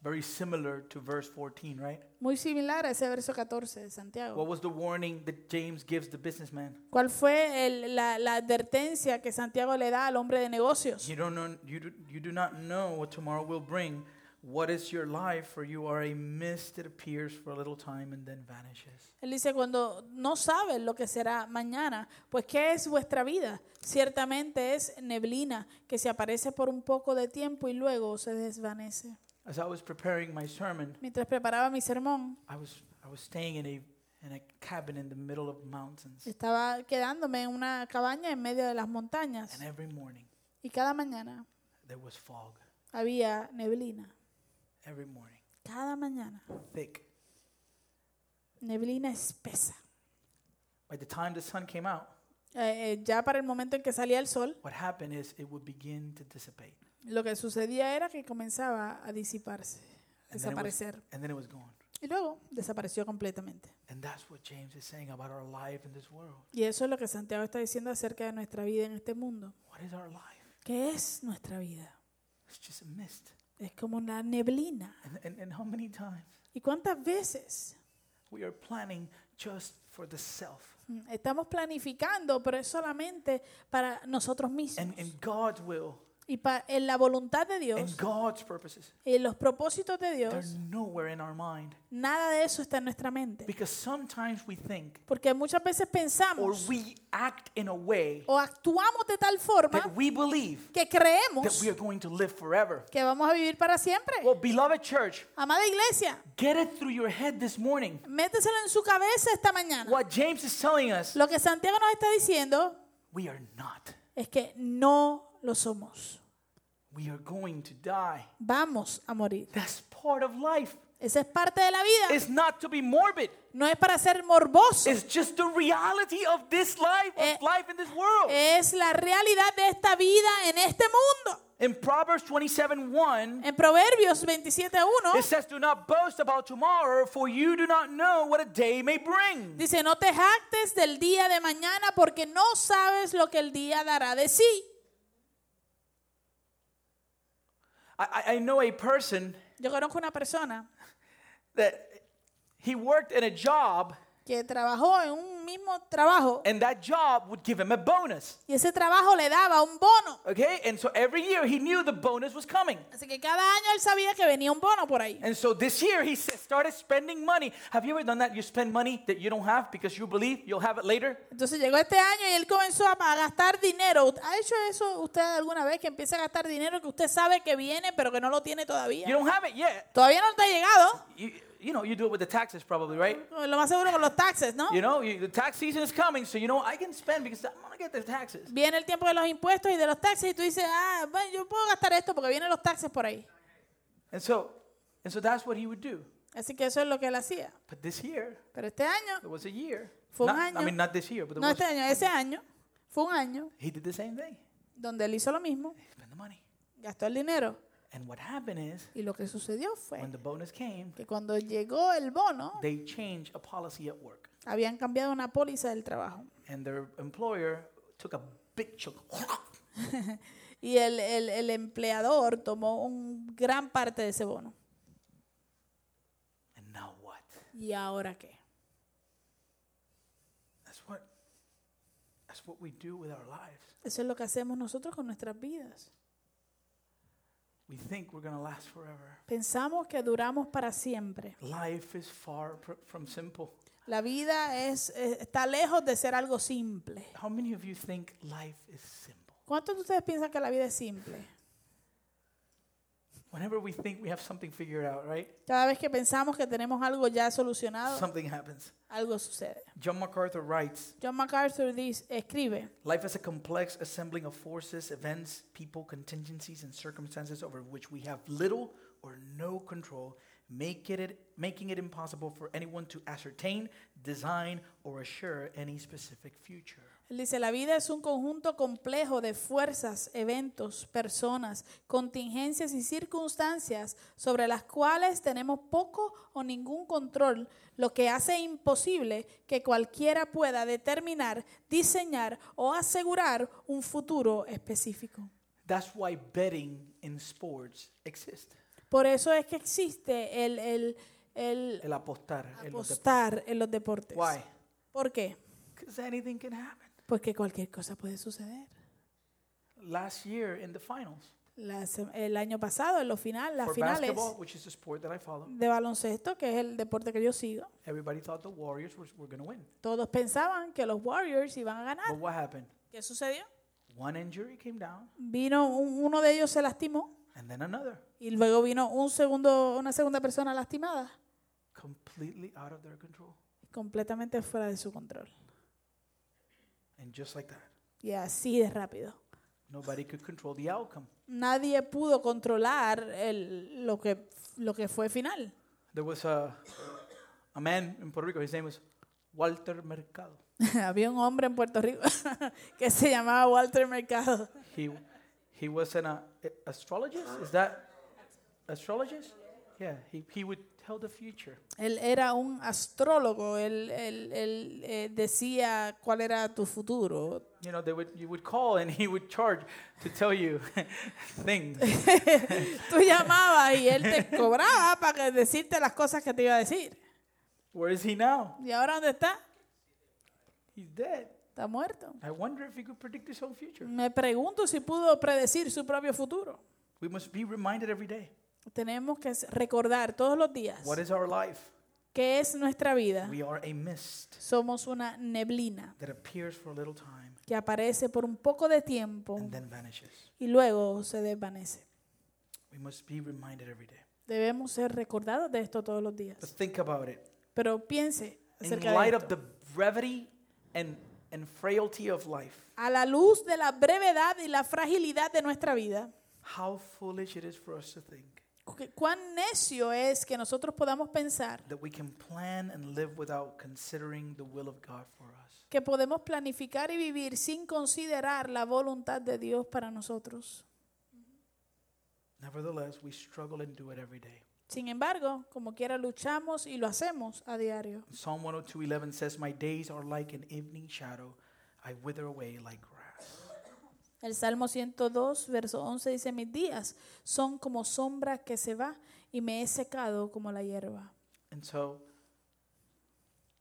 S2: Very similar to verse 14, right?
S1: Muy similar a ese verso 14 de Santiago.
S2: What was the warning that James gives the businessman?
S1: ¿Cuál fue el- la, la advertencia que Santiago le da al hombre de negocios?
S2: You don't know. You do, you do not know what tomorrow will bring. What is your life? For you are a mist that appears for a little time and then vanishes.
S1: Él dice, cuando no sabes lo que será mañana, pues ¿qué es vuestra vida? Ciertamente es neblina que se aparece por un poco de tiempo y luego se desvanece.
S2: As I was preparing my sermon,
S1: Mientras preparaba mi sermón,
S2: I was I was staying in a in a cabin in the middle of mountains,
S1: estaba quedándome en una cabaña en medio de las montañas
S2: and every morning
S1: y cada mañana
S2: there was fog.
S1: había neblina.
S2: Every morning,
S1: Cada mañana,
S2: thick.
S1: neblina espesa.
S2: By the time the sun came out,
S1: Eh, eh, ya para el momento en que salía el sol,
S2: what happened is it would begin to dissipate,
S1: lo que sucedía era que comenzaba a disiparse, a
S2: And then it was-
S1: desaparecer.
S2: and then it was gone.
S1: Y luego desapareció completamente.
S2: And that's what James is saying about our life in this world.
S1: Y eso es lo que Santiago está diciendo acerca de nuestra vida en este mundo.
S2: What is our life?
S1: ¿Qué es nuestra vida?
S2: It's just a mist.
S1: Es como una neblina.
S2: And, and, and how many times?
S1: ¿Y cuántas veces
S2: We are planning just for the self.
S1: mm, estamos planificando, pero es solamente para nosotros mismos?
S2: And, and God's will
S1: Y pa- en la voluntad de
S2: and
S1: Dios,
S2: God's purposes.
S1: en los propósitos de
S2: They're
S1: Dios,
S2: nowhere in our mind.
S1: nada de eso está en nuestra mente.
S2: Because sometimes we think
S1: Porque muchas veces
S2: or
S1: pensamos
S2: we act in a way
S1: o actuamos de tal forma
S2: that we believe
S1: que
S2: that
S1: creemos
S2: we are going to live forever.
S1: que vamos a vivir para siempre.
S2: Well, beloved church,
S1: Amada iglesia,
S2: get it through your head this morning.
S1: méteselo en su cabeza esta mañana.
S2: What James is telling us,
S1: Lo que Santiago nos está diciendo
S2: we are not.
S1: es que no lo somos.
S2: We are going to die.
S1: Vamos a morir.
S2: That's part of life.
S1: Esa es parte de la vida.
S2: It's not to be morbid.
S1: No es para ser morboso.
S2: It's just the reality of this life,
S1: Eh,
S2: of life in this world.
S1: Es la realidad de esta vida en este mundo.
S2: In Proverbs 27 1,
S1: En Proverbios
S2: it
S1: 27.1
S2: says, Do not boast about tomorrow, for you do not know what a day may bring.
S1: dice, no te jactes del día de mañana porque no sabes lo que el día dará de sí.
S2: I, I- I know a person
S1: Yo conozco una persona
S2: that he worked in a job,
S1: que trabajó en un mismo trabajo
S2: and that job would give him a bonus.
S1: y ese trabajo le daba un bono.
S2: Okay? And so every year he knew the bonus was coming.
S1: Así que cada año él sabía que venía un bono por ahí.
S2: And so this year he s- started spending money. Have you ever done that? You spend money that you don't have because you believe you'll have it later?
S1: Entonces llegó este año y él comenzó a a gastar dinero. ¿Ha hecho eso usted alguna vez que empieza a gastar dinero que usted sabe que viene pero que no lo tiene
S2: You
S1: todavía?
S2: don't have it yet.
S1: Todavía no te ha llegado.
S2: You, you know, you do it with the taxes probably, right?
S1: Lo más seguro con los taxes, ¿no?
S2: You know, you, the tax season is coming, so you know I can spend because I'm gonna get the taxes.
S1: Viene el tiempo de los impuestos y de los taxes y tú dices, ah, bueno, yo puedo gastar esto porque vienen los taxes por ahí.
S2: And so, and so that's what he would do.
S1: Así que eso es lo que él hacía.
S2: But this year,
S1: Pero este año,
S2: there was a year.
S1: Fue un
S2: Not- I
S1: año.
S2: mean, not this year, but there
S1: no
S2: was,
S1: este año, ese año, fue un año
S2: he did the same thing.
S1: donde él hizo lo mismo,
S2: He spent the money.
S1: gastó el dinero
S2: And what happened is,
S1: y lo que sucedió
S2: when
S1: fue
S2: the bonus came,
S1: que cuando llegó el bono,
S2: they changed a policy at work,
S1: habían cambiado una póliza del trabajo.
S2: and their employer took a big chunk.
S1: Y el, el- el empleador tomó un gran parte de ese bono.
S2: And now what?
S1: ¿Y ahora qué?
S2: That's what. That's what we do with our lives.
S1: Eso es lo que hacemos nosotros con nuestras vidas.
S2: We think we're gonna last forever.
S1: Pensamos que duramos para siempre.
S2: Life is far pr- from simple.
S1: La vida es, eh, está lejos de ser algo simple.
S2: How many of you think life is simple?
S1: ¿Cuántos de ustedes piensan que la vida es simple?
S2: Whenever we think we have something figured out, right?
S1: Cada vez que pensamos que tenemos algo ya solucionado,
S2: Something happens.
S1: algo sucede.
S2: John MacArthur writes
S1: John MacArthur dice, escribe,
S2: Life is a complex assembling of forces, events, people, contingencies, and circumstances over which we have little or no control, make it, making it impossible for anyone to ascertain, design, or assure any specific future.
S1: él dice, la vida es un conjunto complejo de fuerzas, eventos, personas, contingencias y circunstancias sobre las cuales tenemos poco o ningún control, lo que hace imposible que cualquiera pueda determinar, diseñar o asegurar un futuro específico.
S2: That's why betting in sports exists.
S1: Por eso es que existe el, el- el
S2: El apostar. el los dep-
S1: apostar en los deportes.
S2: Why?
S1: ¿Por qué?
S2: Because anything can happen.
S1: Porque cualquier cosa puede suceder.
S2: Last year in the finals
S1: La se- el año pasado, en los final, las
S2: for
S1: finales
S2: basketball, which is a sport that I follow,
S1: de baloncesto, que es el deporte que yo sigo,
S2: everybody thought the Warriors were, were going to win.
S1: todos pensaban que los Warriors iban a ganar.
S2: But what happened?
S1: ¿Qué sucedió?
S2: One injury came down,
S1: Vino un- uno de ellos se lastimó
S2: and then another.
S1: y luego vino un segundo, una segunda persona lastimada,
S2: completely out of their control.
S1: completamente fuera de su control.
S2: And just like that,
S1: Y así de rápido.
S2: nobody could control the outcome.
S1: nadie pudo controlar el- lo, que, lo que fue final.
S2: There was a, a man in Puerto Rico, his name was Walter Mercado.
S1: Había un hombre en Puerto Rico que se llamaba Walter Mercado.
S2: He, he was an uh, a- astrologist, is that astrologist? Yeah, he, he would tell the future.
S1: Él era un astrólogo, él, él- él, eh, decía cuál era tu futuro.
S2: You know, they would, you would call and he would charge to tell you things.
S1: Tú llamabas y él te cobraba para que- decirte las cosas que te iba a decir.
S2: Where is he now?
S1: ¿Y ahora dónde está?
S2: He's dead.
S1: Está muerto.
S2: I wonder if he could predict his own future.
S1: Me pregunto si pudo predecir su propio futuro.
S2: We must be reminded every day
S1: Tenemos que recordar todos los días
S2: what is our life?
S1: que es nuestra vida.
S2: We are a mist
S1: Somos una neblina
S2: that appears for a little time
S1: que aparece por un poco de tiempo
S2: and then vanishes.
S1: y luego se desvanece.
S2: We must be reminded every day.
S1: Debemos ser recordados de esto todos los días.
S2: But think about it.
S1: Pero piense
S2: In
S1: acerca de
S2: light of
S1: esto.
S2: the brevity and, and frailty of life,
S1: A la luz de la brevedad y la fragilidad de nuestra vida,
S2: how foolish it is for us to think
S1: cu- cuán necio es que nosotros podamos pensar
S2: that we can plan and live without considering the will of God for us.
S1: que podemos planificar y vivir sin considerar la voluntad de Dios para nosotros.
S2: Nevertheless, we struggle and do it every day.
S1: Sin embargo, como quiera luchamos y lo hacemos a diario.
S2: Psalm 102:11 says, "My days are like an evening shadow; I wither away like grass."
S1: El Salmo 102, verso 11 dice, mis días son como sombra que se va y me he secado como la hierba.
S2: And so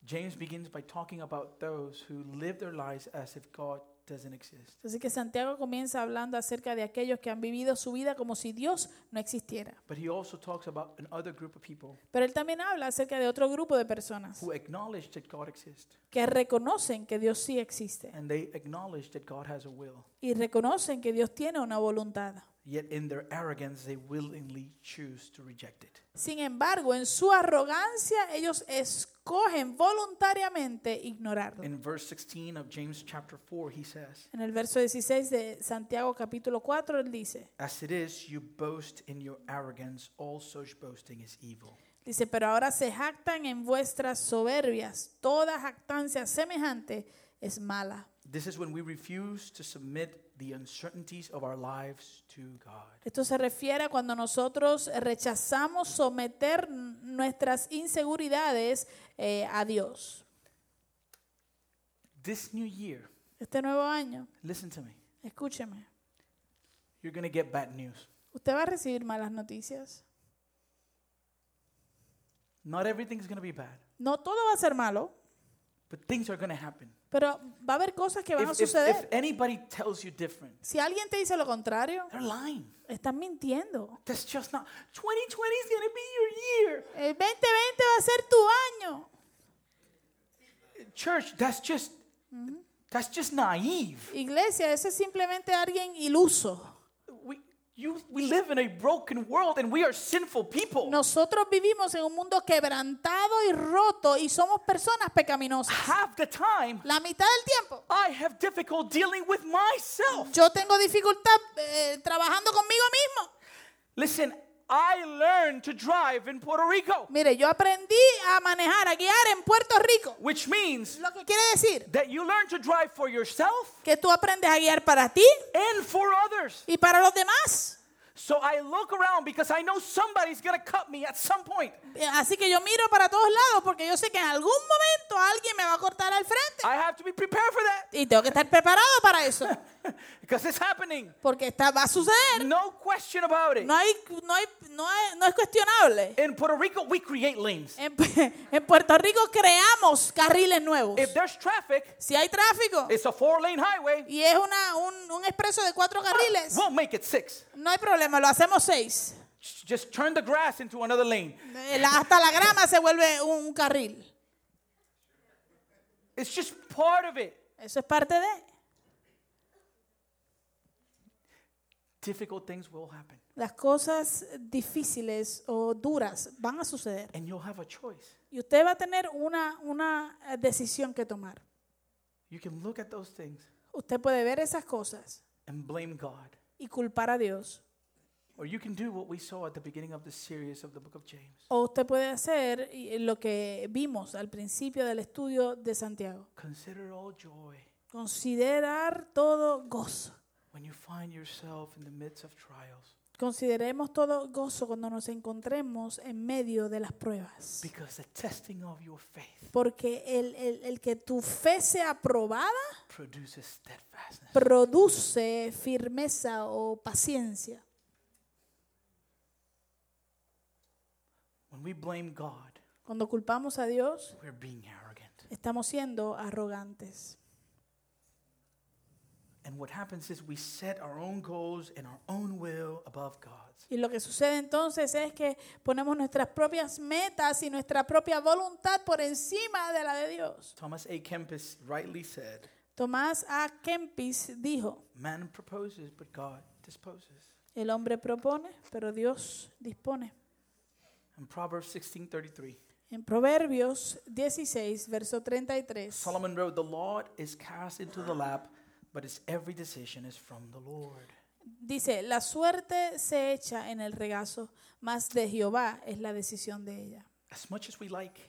S2: James begins by talking about those who live their lives as if God doesn't exist.
S1: Así que Santiago comienza hablando acerca de aquellos que han vivido su vida como si Dios no existiera.
S2: But he also talks about another group of people
S1: Pero él también habla acerca de otro grupo de personas
S2: who acknowledge that God exists
S1: que reconocen que Dios sí existe
S2: and they acknowledge that God has a will.
S1: y reconocen que Dios tiene una voluntad.
S2: Yet in their arrogance they willingly choose to reject it.
S1: Sin embargo, en su arrogancia ellos escogen voluntariamente ignorarlo.
S2: In verse 16 of James chapter 4 he says,
S1: En el verso 16 de Santiago capítulo 4 él dice,
S2: "As it is you boast in your arrogance, all such boasting is evil."
S1: dice, pero ahora se jactan en vuestras soberbias, toda jactancia semejante es mala.
S2: This is when we refuse to submit the uncertainties of our lives to God.
S1: Esto se refiere a cuando nosotros rechazamos someter n- nuestras inseguridades eh, a Dios.
S2: This new year,
S1: Este nuevo año,
S2: listen to me.
S1: escúcheme,
S2: You're going to get bad news.
S1: usted va a recibir malas noticias.
S2: Not everything's going to be bad,
S1: No todo va a ser malo,
S2: but things are going to happen.
S1: pero va a haber cosas que van a
S2: If, if, if
S1: suceder.
S2: anybody tells you different,
S1: Si alguien te dice lo contrario,
S2: they're lying.
S1: están mintiendo.
S2: That's just not. 2020 is going to be your year.
S1: El 2020 va a ser tu año.
S2: Church, that's just
S1: Mm-hmm.
S2: that's just naive.
S1: Iglesia, eso es simplemente alguien iluso.
S2: We you we live in a broken world and we are sinful people.
S1: Nosotros vivimos en un mundo quebrantado y roto y somos personas pecaminosas.
S2: Half the time,
S1: La mitad del tiempo
S2: I have difficulty dealing with myself.
S1: yo tengo dificultad eh, trabajando conmigo mismo.
S2: Listen, I learned to drive in Puerto Rico,
S1: Mire, yo aprendí a manejar, a guiar en Puerto Rico.
S2: which means
S1: Lo que quiere decir
S2: that you learn to drive for yourself
S1: que tú aprendes a guiar para ti
S2: and for others.
S1: y para los demás.
S2: So I look around because I know somebody's going to cut me at some point.
S1: Eh, Así que yo miro para todos lados porque yo sé que en algún momento alguien me va a cortar al frente.
S2: I have to be prepared for that
S1: Y tengo que estar preparado para eso.
S2: because it's happening.
S1: Porque está, va a suceder.
S2: No question about it.
S1: No hay, no hay, no hay- no es cuestionable.
S2: In Puerto Rico, we create lanes.
S1: En, Pu- en Puerto Rico creamos carriles nuevos.
S2: If there's traffic,
S1: Si hay tráfico
S2: it's a four lane highway.
S1: y es una, un, un expreso de cuatro carriles,
S2: We'll make it six.
S1: no hay problema, lo hacemos seis.
S2: Just turn the grass into another lane.
S1: Eh, la- hasta la grama se vuelve un, un carril.
S2: It's just part of it.
S1: Eso es parte de.
S2: Difficult things will happen.
S1: Las cosas difíciles o duras van a suceder.
S2: And you'll have a choice.
S1: Y usted va a tener una, una eh, decisión que tomar.
S2: You can look at those things
S1: Usted puede ver esas cosas
S2: and blame God.
S1: y culpar a Dios.
S2: Or you can do what we saw at the beginning of the series of the book of James
S1: O usted puede hacer y- eh, lo que vimos al principio del estudio de Santiago.
S2: consider all joy
S1: Considerar todo gozo.
S2: when you find yourself in the midst of trials
S1: Consideremos todo gozo cuando nos encontremos en medio de las pruebas.
S2: because the testing of your faith
S1: Porque el, el- el que tu fe sea aprobada
S2: produces steadfastness.
S1: produce firmeza o paciencia.
S2: When we blame God,
S1: Cuando culpamos a Dios,
S2: we're being arrogant.
S1: estamos siendo arrogantes.
S2: And what happens is we set our own goals and our own will above God's.
S1: Y lo que sucede entonces es que ponemos nuestras propias metas y nuestra propia voluntad por encima de la de Dios.
S2: Thomas A. Kempis rightly said,
S1: Tomás A. Kempis dijo,
S2: Man proposes, but God disposes.
S1: el hombre propone, pero Dios dispone.
S2: And Proverbs 16:33.
S1: En Proverbios 16, verso 33,
S2: Solomon wrote, The law is cast into the lap, but its every decision is from the Lord.
S1: dice, la suerte se echa en el regazo, mas de Jehová es la decisión de ella.
S2: As much as we like,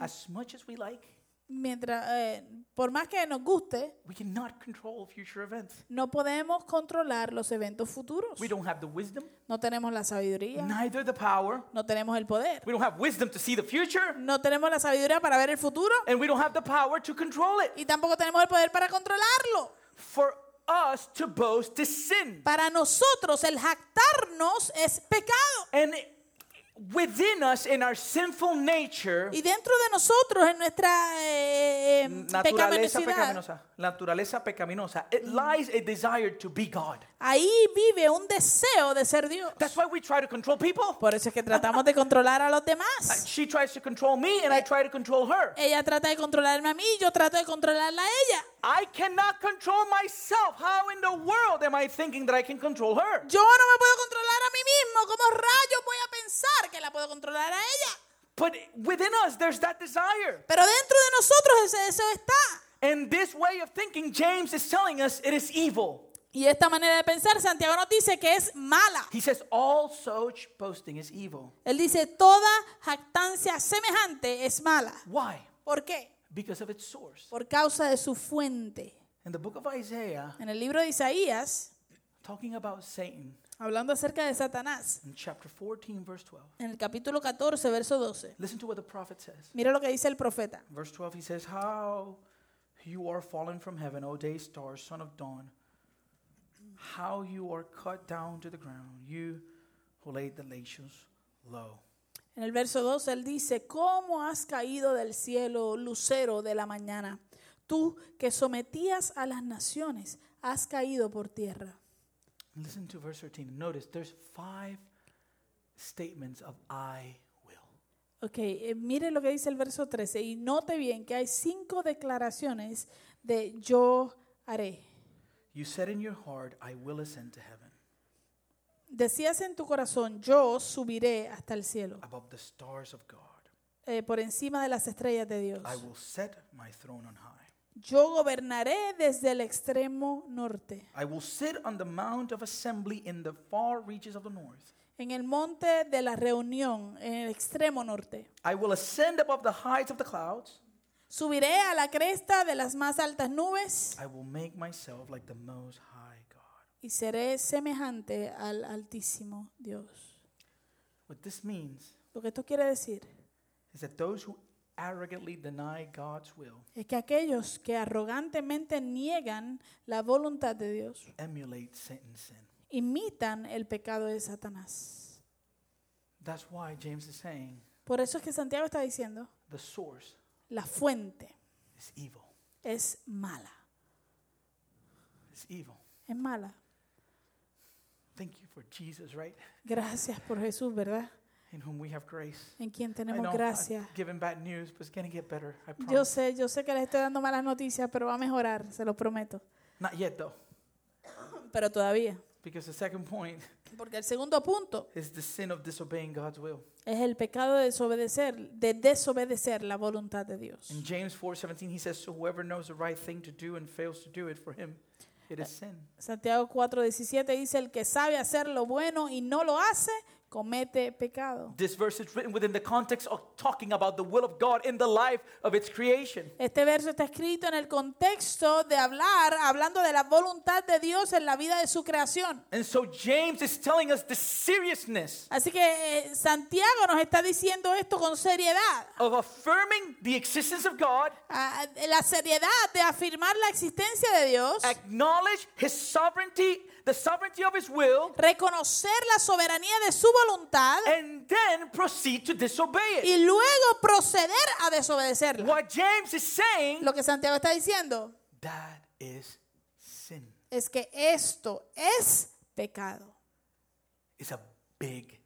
S2: as much as we like,
S1: Mientras, eh, por más que nos guste,
S2: we cannot control future events.
S1: no podemos controlar los eventos futuros.
S2: We don't have the wisdom,
S1: No tenemos la sabiduría,
S2: neither the power.
S1: no tenemos el poder,
S2: We don't have wisdom to see the future,
S1: no tenemos la sabiduría para ver el futuro
S2: and we don't have the power to control it.
S1: y tampoco tenemos el poder para controlarlo.
S2: For us to boast is sin.
S1: Para nosotros el jactarnos es pecado.
S2: And within us, in our sinful nature,
S1: Y dentro de nosotros, en nuestra eh, eh,
S2: naturaleza
S1: pecaminosidad,
S2: pecaminosa, naturaleza pecaminosa, it lies a desire to be God.
S1: ahí vive un deseo de ser Dios.
S2: That's why we try to control people.
S1: Por eso es que tratamos de controlar a los demás.
S2: She tries to control me, and I try to control her.
S1: Ella trata de controlarme a mí, yo trato de controlarla a ella.
S2: I cannot control myself. How in the world am I thinking that I can control her?
S1: Yo no me puedo controlar a mí mismo. ¿Cómo rayos voy a pensar que la puedo controlar a ella?
S2: But within us, there's that desire.
S1: Pero dentro de nosotros ese deseo está.
S2: And this way of thinking, James is telling us it is evil.
S1: Y esta manera de pensar, Santiago nos dice que es mala.
S2: He says all such boasting is evil.
S1: Él dice, toda jactancia semejante es mala.
S2: Why?
S1: ¿Por qué?
S2: Because of its source.
S1: Por causa de su fuente.
S2: In the book of Isaiah,
S1: En el libro de Isaías,
S2: talking about Satan,
S1: hablando acerca de Satanás,
S2: in chapter 14, verse 12,
S1: en el capítulo 14, verso 12,
S2: listen to what the prophet says.
S1: mira lo que dice el profeta.
S2: Verse 12, he says, How you are fallen from heaven, O day star, son of dawn. How you are cut down to the ground, you who laid the nations low.
S1: En el verso 12 él dice, ¿cómo has caído del cielo, lucero de la mañana? Tú que sometías a las naciones, has caído por tierra.
S2: And Listen to verse 13. Notice there's five statements of I will.
S1: Ok, eh, mire lo que dice el verso 13 y note bien que hay cinco declaraciones de yo haré.
S2: You said in your heart, I will ascend to heaven.
S1: Decías en tu corazón, yo subiré hasta el cielo,
S2: above the stars of God.
S1: eh, por encima de las estrellas de Dios.
S2: I will set my throne on high.
S1: Yo gobernaré desde el extremo norte,
S2: I will sit on the mount of assembly in the far reaches of the north.
S1: en el monte de la reunión, en el extremo norte.
S2: I will ascend above the heights of the clouds.
S1: Subiré a la cresta de las más altas nubes
S2: I will make myself like the most high God.
S1: y seré semejante al Altísimo Dios.
S2: What this means
S1: Lo que esto quiere decir
S2: is that those who arrogantly deny God's will
S1: es que aquellos que arrogantemente niegan la voluntad de Dios
S2: emulate Satan's sin.
S1: imitan el pecado de Satanás.
S2: That's why James is saying
S1: Por eso es que Santiago está diciendo,
S2: the source
S1: la fuente
S2: is evil.
S1: es mala,
S2: It's evil.
S1: es mala.
S2: Thank you for Jesus, right?
S1: Gracias por Jesús, ¿verdad?
S2: In whom we have grace.
S1: En quien
S2: I
S1: tenemos
S2: know
S1: gracia.
S2: I've given bad news, but it's going to get better. I promise.
S1: Yo sé, yo sé que les estoy dando malas noticias, pero va a mejorar, se lo prometo.
S2: Not yet, though,
S1: Pero todavía.
S2: because the second point
S1: Porque el segundo punto
S2: is the sin of disobeying God's will.
S1: Es el pecado de desobedecer, de desobedecer la voluntad de Dios.
S2: In James 4:17, he says, "So whoever knows the right thing to do and fails to do it, for him it
S1: Uh,
S2: is sin."
S1: Santiago 4:17 dice, el que sabe hacer lo bueno y no lo hace, comete pecado.
S2: This verse is written within the context of talking about the will of God in the life of its creation.
S1: Este verso está escrito en el contexto de hablar, hablando de la voluntad de Dios en la vida de su creación.
S2: And so James is telling us the seriousness
S1: Así que eh, Santiago nos está diciendo esto con seriedad.
S2: of affirming the existence of God,
S1: Ah, la seriedad de afirmar la existencia de Dios,
S2: acknowledge his sovereignty, the sovereignty of his will,
S1: reconocer la soberanía de su voluntad
S2: and then proceed to disobey it.
S1: y luego proceder a desobedecerla.
S2: What James is saying
S1: Lo que Santiago está diciendo,
S2: That is sin.
S1: es que esto es pecado.
S2: It's a big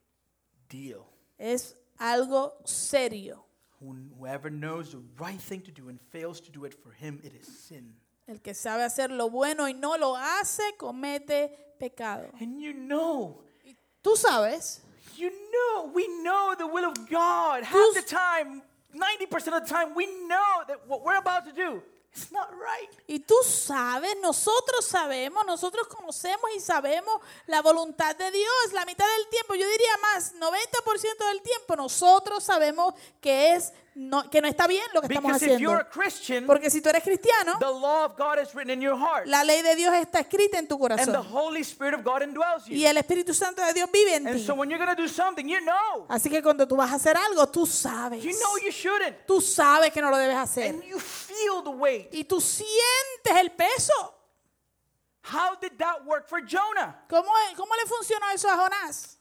S2: deal.
S1: Es algo serio.
S2: Whom- Whoever knows the right thing to do and fails to do it for him, it is sin.
S1: El que sabe hacer lo bueno y no lo hace, comete pecado.
S2: And you know,
S1: Tú sabes,
S2: you know, we know the will of God half the time, 90% of the time, we know that what we're about to do is not right.
S1: y tú sabes, nosotros sabemos, nosotros conocemos y sabemos la voluntad de Dios. La mitad del tiempo, yo diría más, 90% del tiempo, nosotros sabemos que es no, que no está bien lo que estamos
S2: Because if you're a
S1: haciendo.
S2: Christian,
S1: Porque si tú eres cristiano,
S2: the law of God is written in your heart,
S1: la ley de Dios está escrita en tu
S2: and the
S1: corazón
S2: Holy Spirit of God indwells
S1: y
S2: you.
S1: el Espíritu Santo de Dios vive en
S2: And
S1: ti.
S2: so when you're going to do something, you know.
S1: Así que cuando tú vas a hacer algo, tú sabes.
S2: You know you shouldn't.
S1: Tú sabes que no lo debes hacer.
S2: And you feel the weight.
S1: y tú sientes el peso.
S2: How did that work for Jonah?
S1: ¿Cómo, cómo le funcionó eso a Jonás?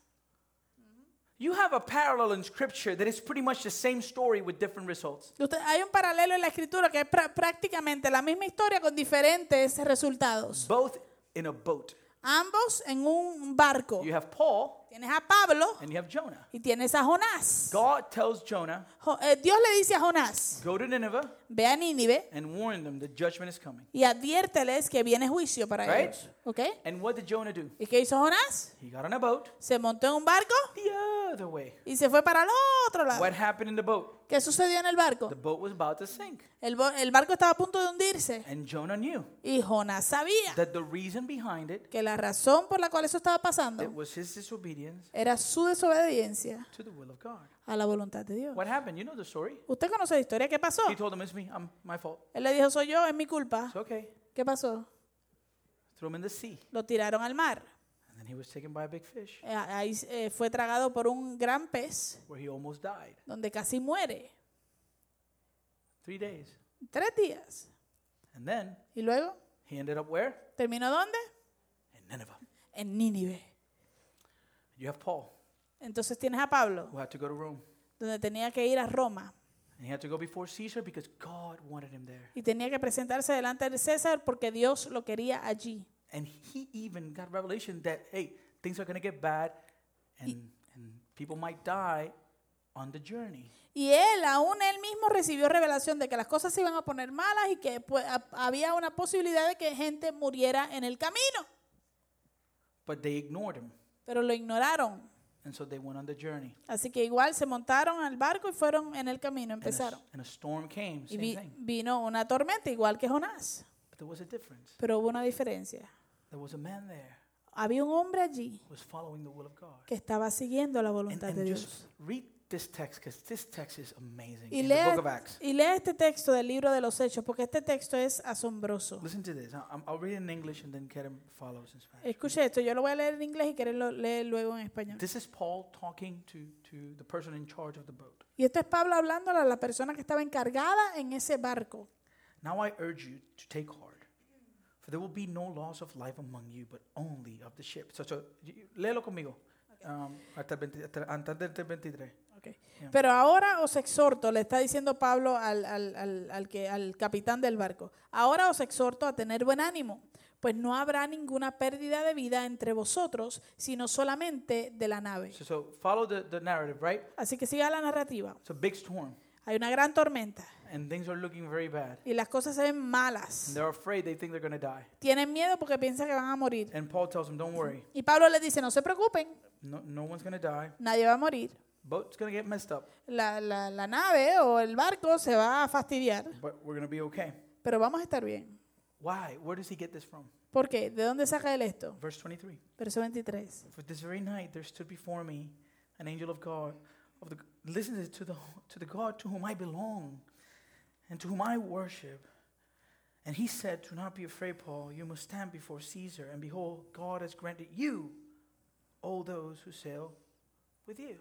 S2: You have a parallel in scripture that is pretty much the same story with different results.
S1: Usted- hay un paralelo en la escritura que es pra- prácticamente la misma historia con diferentes resultados.
S2: Both in a boat.
S1: Ambos en un barco.
S2: You have Paul
S1: Tienes a Pablo
S2: and you have Jonah.
S1: y tienes a Jonás.
S2: God tells Jonah,
S1: Jo- eh, Dios le dice a Jonás,
S2: go to Nineveh
S1: ve a Nínive
S2: and warn them that judgment is coming.
S1: y adviérteles que viene juicio para
S2: Right.
S1: ellos. ¿Ok?
S2: And what did Jonah do?
S1: ¿Y qué hizo Jonás?
S2: He got on a boat
S1: Se montó en un barco
S2: the other way.
S1: y se fue para el otro lado.
S2: What happened in the boat?
S1: ¿Qué sucedió en el barco?
S2: The boat was about to sink.
S1: El, bo- el barco estaba a punto de hundirse
S2: And Jonah knew
S1: y Jonás sabía.
S2: that the reason behind it,
S1: que la razón por la cual eso estaba
S2: it
S1: pasando
S2: was his disobedience
S1: era su desobediencia
S2: to the will of God.
S1: a la voluntad de Dios.
S2: What happened? You know the story.
S1: Usted conoce la historia, ¿qué pasó?
S2: He told him, it's me. I'm my fault.
S1: Él le dijo, soy yo, es mi culpa.
S2: It's okay.
S1: ¿Qué pasó?
S2: Throw him in the sea.
S1: Lo tiraron al mar.
S2: And then he was taken by a big fish
S1: Eh, Ahí eh, fue tragado por un gran pez
S2: where he almost died.
S1: donde casi muere.
S2: Three days.
S1: Tres días.
S2: And then
S1: ¿Y luego?
S2: he ended up where?
S1: ¿Terminó dónde?
S2: In Nineveh.
S1: En Nínive.
S2: You have Paul,
S1: Entonces tienes a Pablo,
S2: who had to go to Rome.
S1: donde tenía que ir a Roma
S2: And he had to go before Caesar because God wanted him there.
S1: y tenía que presentarse delante de César porque Dios lo quería allí.
S2: And he even got revelation that, hey, things are going to get bad and, and people might die on the journey.
S1: Y él, aún él mismo recibió revelación de que las cosas se iban a poner malas y que pues, ha- había una posibilidad de que gente muriera en el camino.
S2: But they ignored him.
S1: Pero lo ignoraron.
S2: And so they went on the journey.
S1: Así que igual se montaron al barco y fueron en el camino,
S2: And a,
S1: empezaron.
S2: and a storm came.
S1: Y
S2: Same
S1: vi-
S2: thing.
S1: vino una tormenta, igual que Jonás.
S2: But there was a difference.
S1: Pero hubo una diferencia.
S2: There was a man there
S1: Había un hombre allí
S2: who was following the will of God.
S1: que estaba siguiendo la
S2: And,
S1: voluntad de
S2: and just
S1: Dios.
S2: read this text because this text is amazing.
S1: Y
S2: in the
S1: lea,
S2: book of Acts.
S1: y lea este texto del libro de los Hechos, porque este texto es asombroso.
S2: Listen to this. I- I'm- I'll read it in English and then Kerem follows in Spanish.
S1: Escuche esto, yo lo voy a leer en inglés y queréis lo leer luego en español.
S2: This is Paul talking to, to the person in charge of the boat.
S1: Y esto es Pablo hablándole a la persona que estaba encargada en ese barco.
S2: Now I urge you to take heart, for there will be no loss of life among you, but only of the ship. So, so y- y- léelo conmigo. Um, hasta el 20 hasta- antes del 23.
S1: Pero ahora os exhorto, le está diciendo Pablo al, al- al- al que, al capitán del barco, ahora os exhorto a tener buen ánimo, pues no habrá ninguna pérdida de vida entre vosotros, sino solamente de la nave.
S2: So, so follow the, the narrative, right?
S1: Así que siga la narrativa.
S2: It's a big storm,
S1: Hay una gran tormenta
S2: and things are looking very bad.
S1: y las cosas se ven
S2: And
S1: malas.
S2: they're afraid they think they're going to die.
S1: Tienen miedo porque piensan que van a morir.
S2: And Paul tells them, don't worry.
S1: Y Pablo les dice, no se preocupen,
S2: No, no one's going to die.
S1: nadie va a morir.
S2: Boat's going to get messed up,
S1: La- la- la nave o el barco se va a fastidiar.
S2: but we're going to be okay.
S1: pero vamos a estar bien.
S2: Why? Where does he get this from?
S1: ¿Por qué? ¿De dónde saca él esto?
S2: Verse 23.
S1: Verso 23.
S2: For this very night there stood before me an angel of God, of the listen to this, to the to the God to whom I belong, and to whom I worship. And he said, "Do not be afraid, Paul. You must stand before Caesar, and behold, God has granted you all those who sail with you."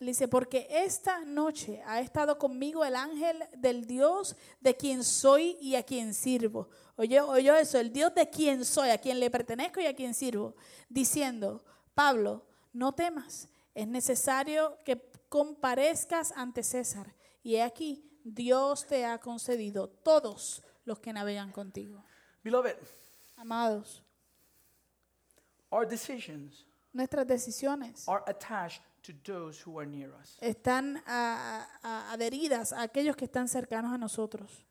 S1: Él dice, porque esta noche ha estado conmigo el ángel del Dios de quien soy y a quien sirvo. Oye, oye eso, el Dios de quien soy, a quien le pertenezco y a quien sirvo, diciendo, Pablo, no temas, es necesario que comparezcas ante César. Y he aquí, Dios te ha concedido todos los que navegan contigo.
S2: Beloved,
S1: Amados,
S2: Our decisions
S1: nuestras decisiones
S2: are attached to those who are near us.
S1: están ah, ah, ah, adheridas a aquellos que están cercanos a nosotros.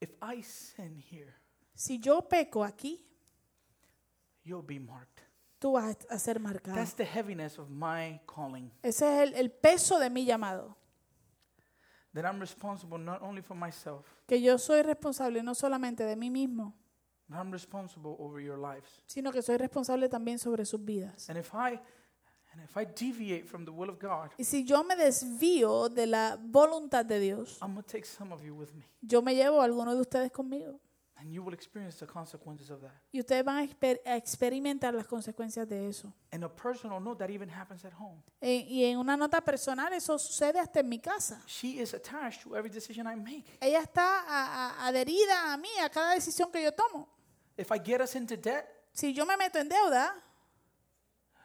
S2: If I sin here,
S1: Si yo peco aquí,
S2: you'll be marked.
S1: tú vas a ser marcado.
S2: That's the heaviness of my calling.
S1: Ese es el, el peso de mi llamado,
S2: That I'm responsible not only for myself,
S1: que yo soy responsable no solamente de mí mismo,
S2: but I'm responsible over your lives.
S1: sino que soy responsable también sobre sus vidas.
S2: And if I and if I deviate from the will of God,
S1: Y si yo me desvío de la voluntad de Dios,
S2: I'm gonna take some of you with me.
S1: yo me llevo a alguno de ustedes conmigo.
S2: And you will experience the consequences of that.
S1: Y ustedes van a, exper- a experimentar las consecuencias de eso.
S2: And a personal note that even happens at home.
S1: E- y en una nota personal, eso sucede hasta en mi casa.
S2: She is attached to every decision I make.
S1: Ella está a- a- adherida a mí, a cada decisión que yo tomo.
S2: If I get us into debt,
S1: Si yo me meto en deuda,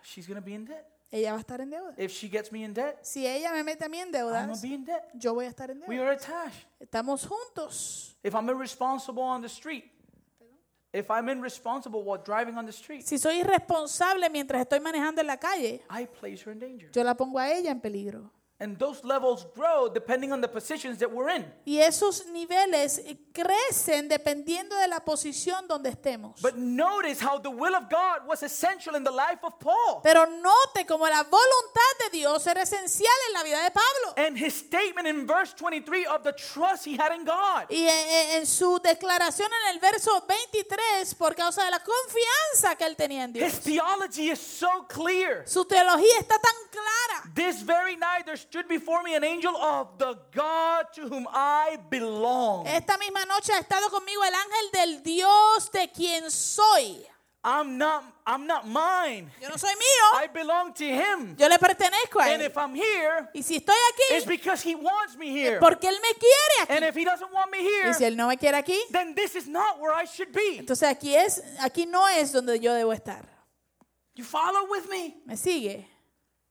S2: she's gonna be in debt.
S1: ella va a estar en deuda.
S2: If she gets me in debt,
S1: Si ella me mete a mí en
S2: I'm
S1: deuda,
S2: gonna be in debt.
S1: yo voy a estar en
S2: We
S1: deuda.
S2: are attached.
S1: Estamos juntos.
S2: If I'm irresponsible on the street, if I'm irresponsible while driving on the street,
S1: Si soy irresponsable mientras estoy manejando en la calle,
S2: I place her in danger.
S1: yo la pongo a ella en peligro.
S2: And those levels grow depending on the positions that we're in.
S1: Y esos niveles eh, crecen dependiendo de la posición donde estemos.
S2: But notice how the will of God was essential in the life of Paul.
S1: Pero note como la voluntad de Dios era esencial en la vida de Pablo.
S2: And his statement in verse 23 of the trust he had in God.
S1: Y eh, eh, en su declaración en el verso 23, por causa de la confianza que él tenía en Dios.
S2: His theology is so clear.
S1: Su teología está tan clara.
S2: This very night there stood before me an angel of the God to whom I belong.
S1: Esta misma noche ha estado conmigo el ángel del Dios de quien soy.
S2: I'm not I'm not mine.
S1: Yo no soy mío,
S2: I belong to him.
S1: yo le pertenezco a
S2: And
S1: él.
S2: if I'm here,
S1: Y si estoy
S2: it's
S1: aquí,
S2: because he wants me here.
S1: porque él me quiere
S2: And
S1: aquí.
S2: if he doesn't want me
S1: Y si
S2: here,
S1: él no me quiere aquí,
S2: then this is not where I should be.
S1: entonces aquí es, aquí no es donde yo debo estar.
S2: You follow with me?
S1: ¿Me sigue?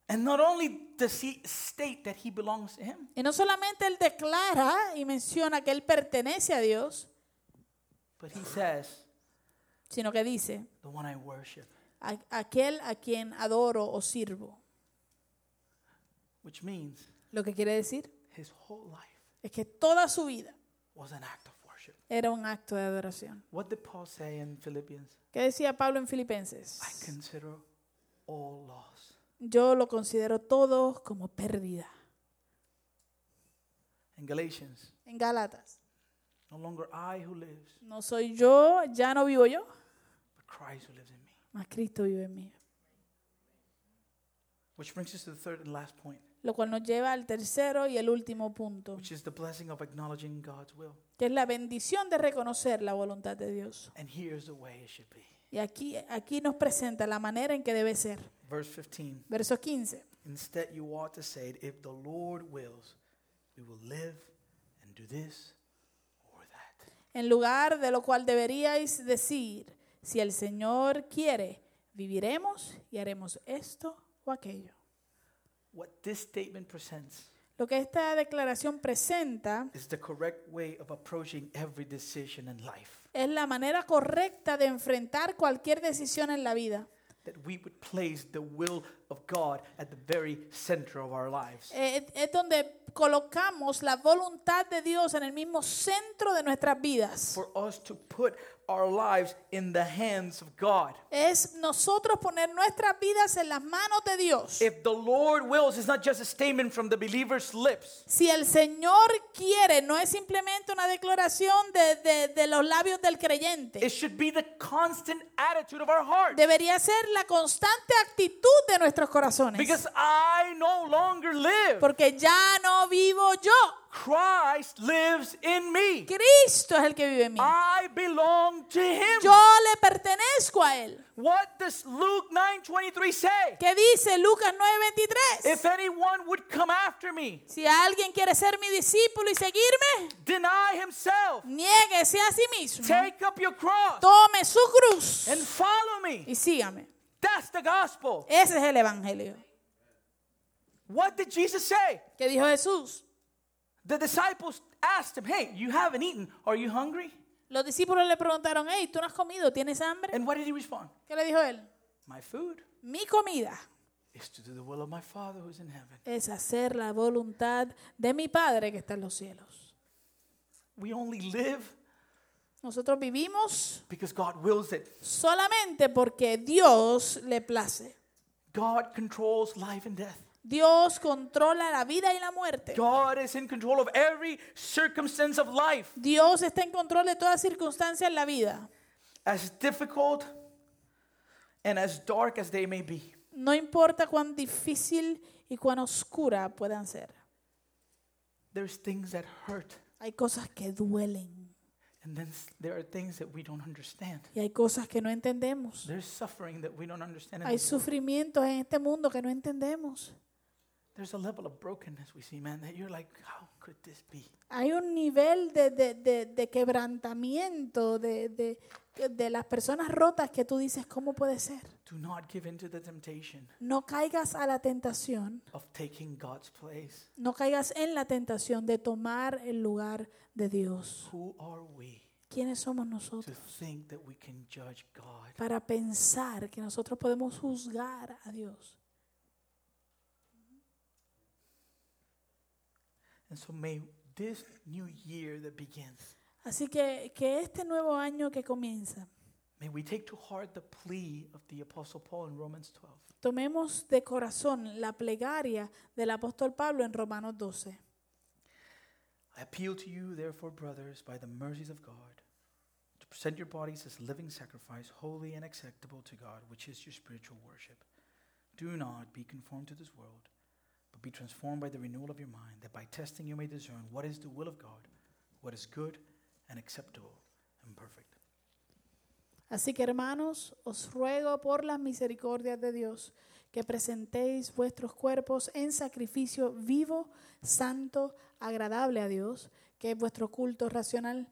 S2: And not only does he state that he belongs to him,
S1: Y no solamente él declara y menciona que él pertenece a Dios,
S2: but he says,
S1: sino que dice,
S2: the one I worship,
S1: "A- aquel a quien adoro o sirvo.
S2: which means
S1: Lo que quiere decir
S2: his whole life
S1: es que toda su vida
S2: was an act of worship.
S1: era un acto de adoración.
S2: What did Paul say in Philippians?
S1: ¿Qué decía Pablo en Filipenses?
S2: I consider all loss.
S1: Yo lo considero todo como pérdida.
S2: In Galatians,
S1: En Galatas,
S2: no longer I who lives,
S1: no soy yo, ya no vivo yo,
S2: but Christ who lives in me.
S1: mas Cristo vive en mí.
S2: Which brings us to the third and last point,
S1: Lo cual nos lleva al tercero y el último punto,
S2: which is the blessing of acknowledging God's will.
S1: que es la bendición de reconocer la voluntad de Dios.
S2: And here's the way it should be.
S1: Y aquí, aquí nos presenta la manera en que debe ser.
S2: Verse 15.
S1: Verso 15.
S2: Instead, you ought to say, if the Lord wills, we will live and do this or that.
S1: En lugar de lo cual deberíais decir, si el Señor quiere, viviremos y haremos esto o aquello.
S2: What this statement presents
S1: Lo que esta declaración presenta
S2: is the correct way of approaching every decision in life.
S1: es la manera correcta de enfrentar cualquier decisión en la vida.
S2: That we would place the will of God at the very center of our lives.
S1: Eh, Es, es donde colocamos la voluntad de Dios en el mismo centro de nuestras vidas.
S2: For us to put our lives in the hands of God.
S1: Es nosotros poner nuestras vidas en las manos de Dios.
S2: If the Lord wills, it's not just a statement from the believer's lips.
S1: Si el Señor quiere, no es simplemente una declaración de, de- de los labios del
S2: It
S1: creyente.
S2: should be the constant attitude of our heart.
S1: Debería ser la constante actitud de nuestros corazones.
S2: Because I no longer live.
S1: Porque ya no vivo yo.
S2: Christ lives in me.
S1: Cristo es el que vive en mí.
S2: I belong to him.
S1: Yo le pertenezco a Él.
S2: What does Luke 9:23 say?
S1: ¿Qué dice Lucas
S2: If
S1: 9:23?
S2: anyone would come after me,
S1: Si alguien quiere ser mi discípulo y seguirme,
S2: deny himself,
S1: niéguese a sí mismo.
S2: take up your cross,
S1: Tome su cruz
S2: and follow me.
S1: y sígame.
S2: That's the gospel.
S1: Ese es el Evangelio.
S2: What did Jesus say?
S1: ¿Qué dijo Jesús?
S2: The disciples asked him, "Hey, you haven't eaten. Are you hungry?"
S1: Los discípulos le preguntaron, hey, ¿tú no has comido? ¿Tienes hambre?
S2: And what did he respond?
S1: ¿Qué le dijo él?
S2: My food
S1: Mi comida
S2: is to do the will of my Father who's in heaven.
S1: es hacer la voluntad de mi Padre que está en los cielos.
S2: We only live
S1: Nosotros vivimos
S2: because God wills it.
S1: solamente porque Dios le place.
S2: God controls life and death.
S1: Dios controla la vida y la muerte.
S2: God is in control of every circumstance of life.
S1: Dios está en control de toda circunstancia en la vida.
S2: As difficult and as dark as they may be,
S1: No importa cuán difícil y cuán oscura puedan ser.
S2: there's things that hurt,
S1: Hay cosas que duelen
S2: and then s- there are things that we don't understand.
S1: y hay cosas que no entendemos.
S2: There's suffering that we don't understand. and
S1: Hay sufrimientos en este mundo que no entendemos.
S2: There's a level of brokenness we see, man, that you're like, how could this be?
S1: Hay un nivel de, de- de- de quebrantamiento de, de- de las personas rotas que tú dices, ¿cómo puede ser?
S2: Do not give in to the temptation
S1: No caigas a la tentación,
S2: of taking God's place.
S1: no caigas en la tentación de tomar el lugar de Dios.
S2: Who are we
S1: ¿Quiénes somos
S2: to
S1: nosotros?
S2: think that we can judge God?
S1: Para pensar que nosotros podemos juzgar a Dios.
S2: And so may this new year that begins,
S1: Así que que este nuevo año que comienza,
S2: may we take to heart the plea of the Apostle Paul in Romans 12.
S1: tomemos de corazón la plegaria del apóstol Pablo en Romanos 12.
S2: I appeal to you, therefore, brothers, by the mercies of God, to present your bodies as living sacrifice, holy and acceptable to God, which is your spiritual worship. Do not be conformed to this world, but be transformed by the renewal of your mind, that by testing you may discern what is the will of God, what is good and acceptable and perfect.
S1: Así que hermanos, os ruego por las misericordias de Dios que presentéis vuestros cuerpos en sacrificio vivo, santo, agradable a Dios, que es vuestro culto racional.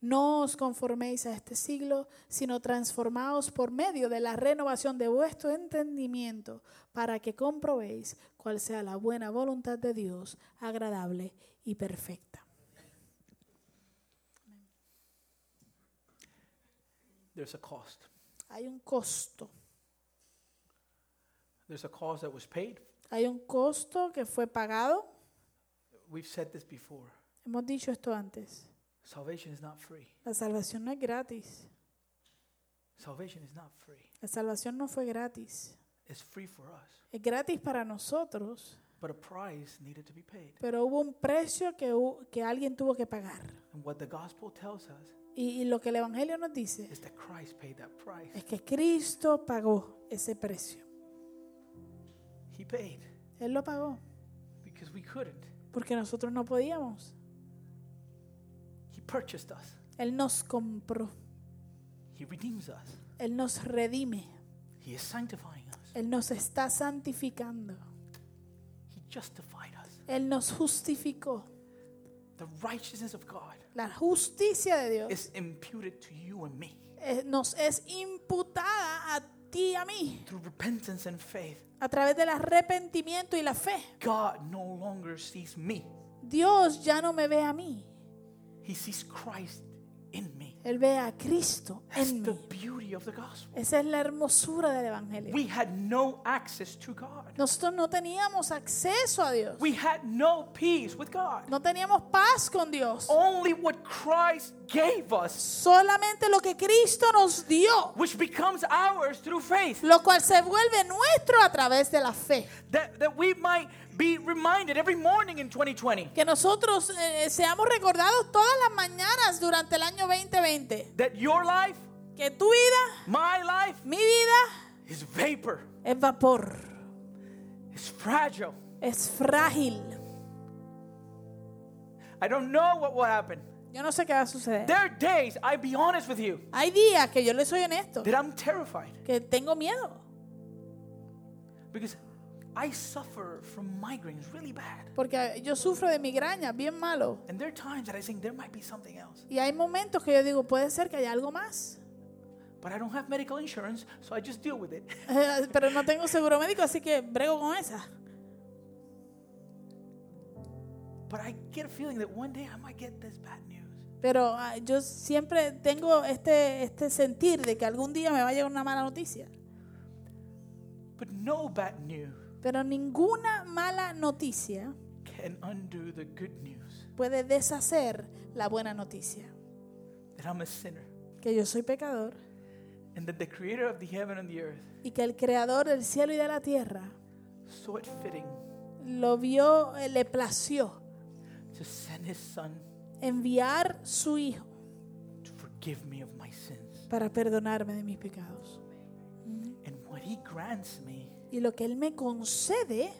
S1: No os conforméis a este siglo, sino transformaos por medio de la renovación de vuestro entendimiento, para que comprobéis cuál sea la buena voluntad de Dios, agradable y perfecta.
S2: There's a cost.
S1: Hay un costo.
S2: There's a cost that was paid.
S1: Hay un costo que fue pagado
S2: We've said this before.
S1: Hemos dicho esto antes.
S2: Salvation is not free.
S1: La salvación no es gratis.
S2: Salvation is not free.
S1: La salvación no fue gratis.
S2: It's free for us,
S1: Es gratis para nosotros,
S2: but a price needed to be paid.
S1: pero hubo un precio que, hu- que alguien tuvo que pagar.
S2: And what the gospel tells us
S1: Y, y lo que el Evangelio nos dice
S2: is that Christ paid that price.
S1: es que Cristo pagó ese precio.
S2: He paid
S1: Él lo pagó
S2: because we couldn't.
S1: porque nosotros no podíamos.
S2: He purchased us.
S1: Él nos compró.
S2: He redeems us.
S1: Él nos redime.
S2: He is sanctifying us.
S1: Él nos está santificando.
S2: He justified us.
S1: Él nos justificó.
S2: The righteousness of God
S1: La justicia de Dios
S2: is imputed to you and me
S1: eh, nos es imputada a ti y a mí.
S2: through repentance and faith.
S1: a través del arrepentimiento y la fe.
S2: God no longer sees me.
S1: Dios ya no me ve a mí,
S2: He sees Christ in me.
S1: Él ve a Cristo
S2: That's
S1: en
S2: the
S1: mí.
S2: beauty of the gospel.
S1: Esa es la hermosura del Evangelio.
S2: We had no access to God.
S1: Nosotros no teníamos acceso a Dios,
S2: We had no peace with God.
S1: no teníamos paz con Dios.
S2: Only what Christ gave us
S1: Solamente lo que Cristo nos dio,
S2: which becomes ours through faith,
S1: lo cual se vuelve nuestro a través de la fe.
S2: that, that we might be reminded every morning in 2020
S1: Que nosotros eh, seamos recordados todas las mañanas durante el año 2020.
S2: that your life,
S1: Que tu vida,
S2: my life,
S1: mi vida,
S2: is vapor,
S1: es vapor,
S2: is fragile.
S1: es frágil.
S2: I don't know what will happen.
S1: Yo no sé qué va a suceder.
S2: There are days, I'll be honest with you,
S1: Hay días que yo le soy honesto,
S2: that I'm terrified
S1: que tengo miedo,
S2: because I suffer from migraines really bad.
S1: porque yo sufro de migraña, bien malo.
S2: And there are times that I think there might be something else.
S1: Y hay momentos que yo digo, puede ser que haya algo más.
S2: But I don't have medical insurance, so I just deal with it.
S1: Eh, Pero no tengo seguro médico, así que brego con esa.
S2: But I get a feeling that one day I might get this bad news.
S1: Pero ah, yo siempre tengo este, este sentir de que algún día me va a llegar una mala noticia.
S2: But no bad news
S1: Pero ninguna mala noticia
S2: can undo the good news
S1: puede deshacer la buena noticia.
S2: that I'm a sinner
S1: Que yo soy pecador
S2: and that the creator of the heaven and the earth
S1: y que el creador del cielo y de la tierra
S2: saw it fitting
S1: lo vio, eh, le plació
S2: to send his son
S1: enviar su hijo
S2: to forgive me of my sins.
S1: para perdonarme de mis pecados.
S2: And what he grants me
S1: Y lo que él me concede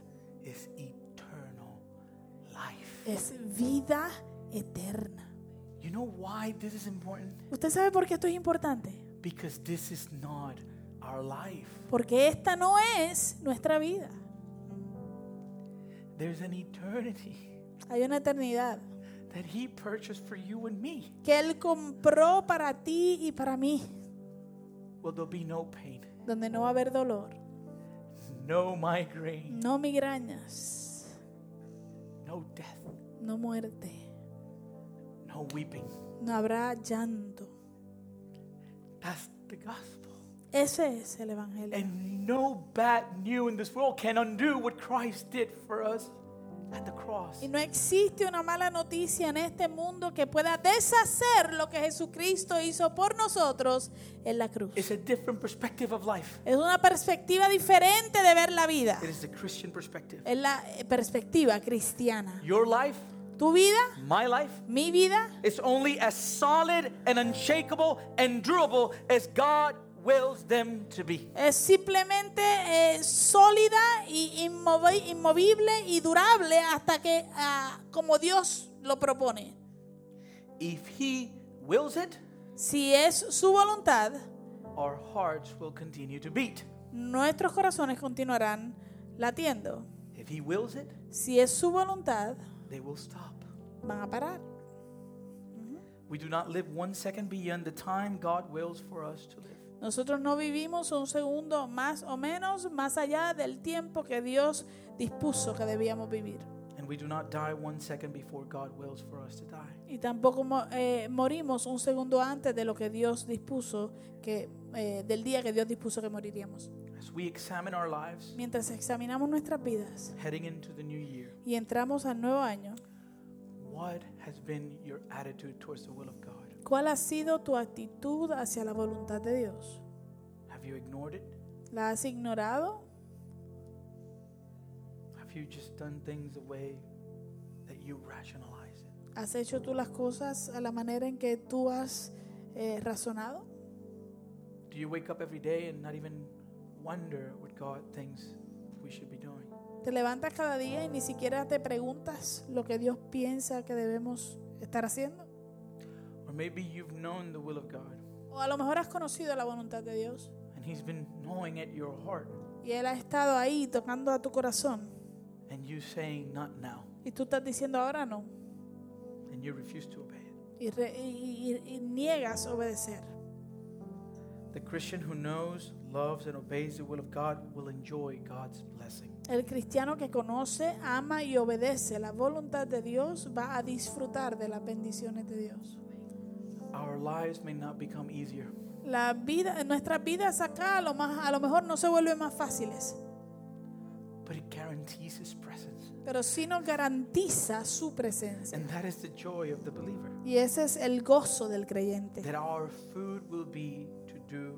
S2: is eternal life.
S1: es vida eterna.
S2: You know why this is important?
S1: ¿Usted sabe por qué esto es importante?
S2: Because this is not our life.
S1: Porque esta no es nuestra vida.
S2: There's an eternity
S1: Hay una eternidad
S2: that he purchased for you and me.
S1: que Él compró para ti y para mí,
S2: Well, there'll be no pain,
S1: donde no va a haber dolor,
S2: no migraine,
S1: no migrañas,
S2: no death,
S1: no muerte,
S2: no weeping.
S1: no habrá llanto.
S2: That's the gospel.
S1: Ese es el Evangelio.
S2: And no bad news in this world can undo what Christ did for us at the cross.
S1: Y no existe una mala noticia en este mundo que pueda deshacer lo que Jesucristo hizo por nosotros en la cruz.
S2: It's a different perspective of life.
S1: Es una perspectiva diferente de ver la vida.
S2: It is the Christian perspective.
S1: Es la eh, perspectiva cristiana.
S2: Your life,
S1: Tu vida,
S2: my life,
S1: mi vida,
S2: is only as solid and unshakable and durable as God wills them to be.
S1: es simplemente eh, sólida y inmovi- inmovible y durable hasta que ah, como Dios lo propone.
S2: If He wills it,
S1: Si es su voluntad,
S2: our hearts will continue to beat.
S1: nuestros corazones continuarán latiendo.
S2: If He wills it,
S1: Si es su voluntad,
S2: they will stop.
S1: van a parar.
S2: We do not live one second beyond the time God wills for us to live.
S1: Nosotros no vivimos un segundo más o menos más allá del tiempo que Dios dispuso que debíamos vivir.
S2: And we do not die one second before God wills for us to die.
S1: Y tampoco mo- eh, morimos un segundo antes de lo que Dios dispuso, que, eh, del día que Dios dispuso que moriríamos.
S2: As we examine our lives
S1: Mientras examinamos nuestras vidas
S2: heading into the new year,
S1: y entramos al nuevo año,
S2: what has been your attitude towards the will of God?
S1: ¿cuál ha sido tu actitud hacia la voluntad de Dios?
S2: Have you ignored it?
S1: ¿La has ignorado?
S2: Have you just done things the way that you rationalize it?
S1: ¿Has hecho tú las cosas a la manera en que tú has eh, razonado?
S2: Do you wake up every day and not even wonder what God thinks we should be doing?
S1: Te levantas cada día y ni siquiera te preguntas lo que Dios piensa que debemos estar haciendo.
S2: Or maybe you've known the will of God
S1: O a lo mejor has conocido la voluntad de Dios
S2: and He's been gnawing at your heart
S1: y Él ha estado ahí tocando a tu corazón
S2: and you saying, Not now.
S1: y tú estás diciendo ahora no
S2: And you refuse to obey it.
S1: y, re- y- y- y niegas obedecer.
S2: The Christian who knows, loves, and obeys the will of God will enjoy God's blessing.
S1: El cristiano que conoce, ama y obedece la voluntad de Dios va a disfrutar de las bendiciones de Dios.
S2: Our lives may not become easier,
S1: La vida, nuestras vidas acá a lo, más, a lo mejor no se vuelven más fáciles,
S2: but it guarantees His presence.
S1: pero sí nos garantiza su presencia.
S2: And that is the joy of the believer.
S1: Y ese es el gozo del creyente.
S2: that our food will be to do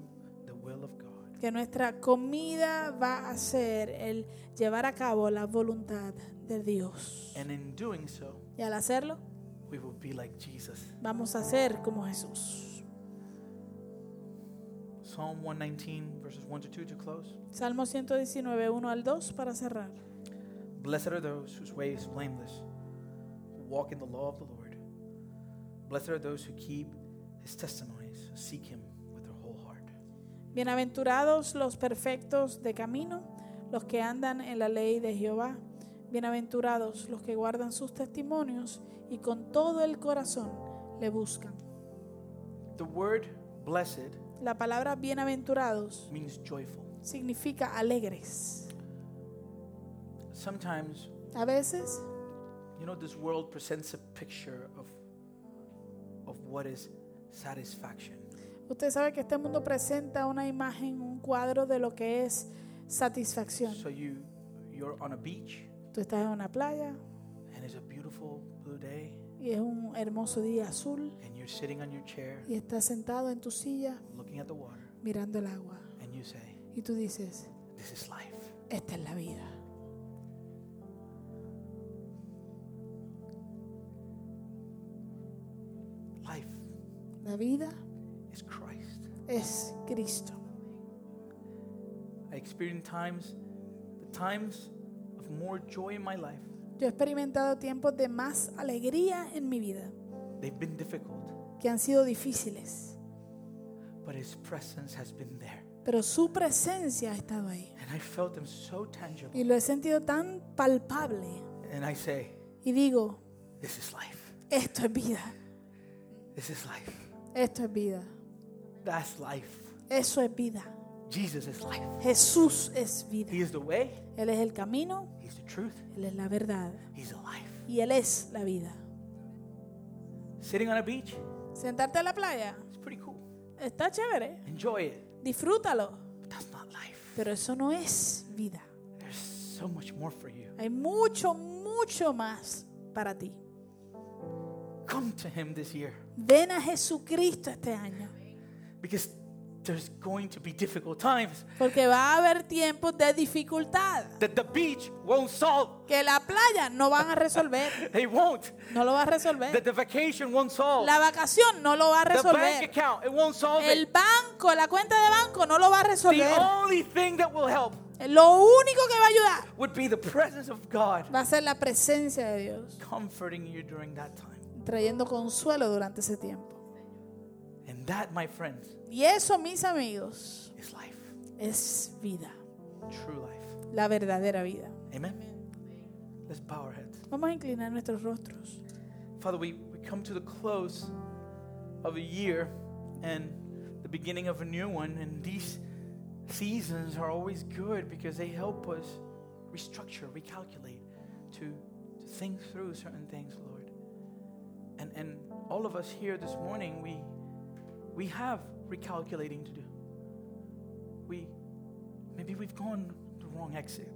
S2: the will of God.
S1: Que nuestra comida va a ser el llevar a cabo la voluntad de Dios.
S2: And in doing so,
S1: Y al hacerlo,
S2: we will be like Jesus.
S1: vamos a ser como Jesús.
S2: Psalm 119, verses 1 to 2 to close.
S1: Salmo 119, 1 al 2 para cerrar.
S2: Blessed are those whose way is blameless, who walk in the law of the Lord. Blessed are those who keep his testimonies, who seek him with their whole heart.
S1: Bienaventurados los perfectos de camino, los que andan en la ley de Jehová. Bienaventurados los que guardan sus testimonios y con todo el corazón le buscan.
S2: The word blessed
S1: La palabra bienaventurados
S2: means joyful.
S1: significa alegres.
S2: Sometimes,
S1: A veces
S2: you know, this world presents a picture of of what is satisfaction.
S1: Usted sabe que este mundo presenta una imagen, un cuadro de lo que es satisfacción.
S2: So you you're on a beach
S1: Tú estás en una playa
S2: and it's a beautiful blue day
S1: y es un hermoso día azul
S2: and you're sitting on your chair
S1: y estás sentado en tu silla
S2: looking at the water
S1: mirando el agua
S2: and you say,
S1: y tú dices,
S2: "This is life."
S1: esta es la vida.
S2: Life
S1: La vida
S2: is Christ.
S1: es Cristo.
S2: I experienced times the times of more joy in my life.
S1: Yo he experimentado tiempos de más alegría en mi vida,
S2: They've been difficult,
S1: que han sido difíciles,
S2: but his presence has been there.
S1: pero su presencia ha estado ahí.
S2: And I felt him so tangible.
S1: Y lo he sentido tan palpable.
S2: And I say,
S1: Y digo,
S2: This is life.
S1: esto es vida,
S2: This is life.
S1: esto es vida,
S2: That's life.
S1: eso es vida.
S2: Jesus is life.
S1: Jesús es vida.
S2: He is the way,
S1: Él es el camino,
S2: He's the truth,
S1: Él es la verdad
S2: He's the life.
S1: y Él es la vida.
S2: Sitting on a beach,
S1: Sentarte a la playa
S2: it's pretty cool.
S1: está chévere,
S2: Enjoy it.
S1: disfrútalo,
S2: But that's not life.
S1: pero eso no es vida.
S2: There's so much more for you.
S1: Hay mucho, mucho más para ti.
S2: Come to Him this year
S1: Ven a Jesucristo este año,
S2: because there's going to be difficult times
S1: porque va a haber tiempos de dificultad
S2: that the beach won't solve.
S1: que la playa no van a resolver,
S2: They won't.
S1: no lo va a
S2: That
S1: resolver.
S2: the vacation won't solve.
S1: La vacación no lo va a
S2: The bank
S1: resolver.
S2: account, it won't solve
S1: El
S2: it.
S1: banco, la cuenta de banco no lo va a
S2: The
S1: resolver.
S2: only thing that will help
S1: Lo único que va a ayudar
S2: would be the presence of God
S1: va a ser la presencia de Dios,
S2: comforting you during that time.
S1: trayendo consuelo durante ese tiempo.
S2: And that, my friends,
S1: Y eso, mis amigos,
S2: is life.
S1: es vida,
S2: True life.
S1: la verdadera vida.
S2: Amen. Let's bow our heads.
S1: Vamos a inclinar nuestros rostros.
S2: Father, we, we come to the close of a year and the beginning of a new one, and these seasons are always good because they help us restructure, recalculate, to, to think through certain things, Lord. And, and all of us here this morning, we, we have recalculating to do. We maybe we've gone the wrong exit.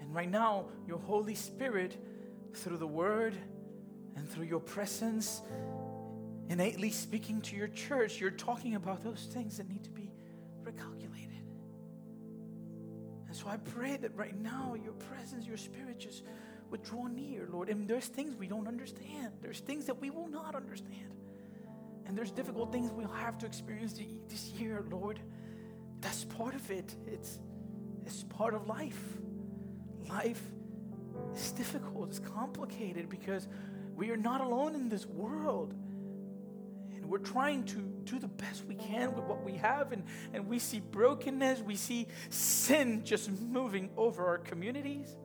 S2: And right now, your Holy Spirit, through the Word and through your presence, innately speaking to your church, you're talking about those things that need to be recalculated. And so I pray that right now, your presence, your Spirit just would draw near, Lord. And there's things we don't understand, there's things that we will not understand. And there's difficult things we'll have to experience the- this year, Lord. That's part of it. It's, it's part of life life is difficult, it's complicated because we are not alone in this world. And we're trying to do the best we can with what we have, and, and we see brokenness, we see sin just moving over our communities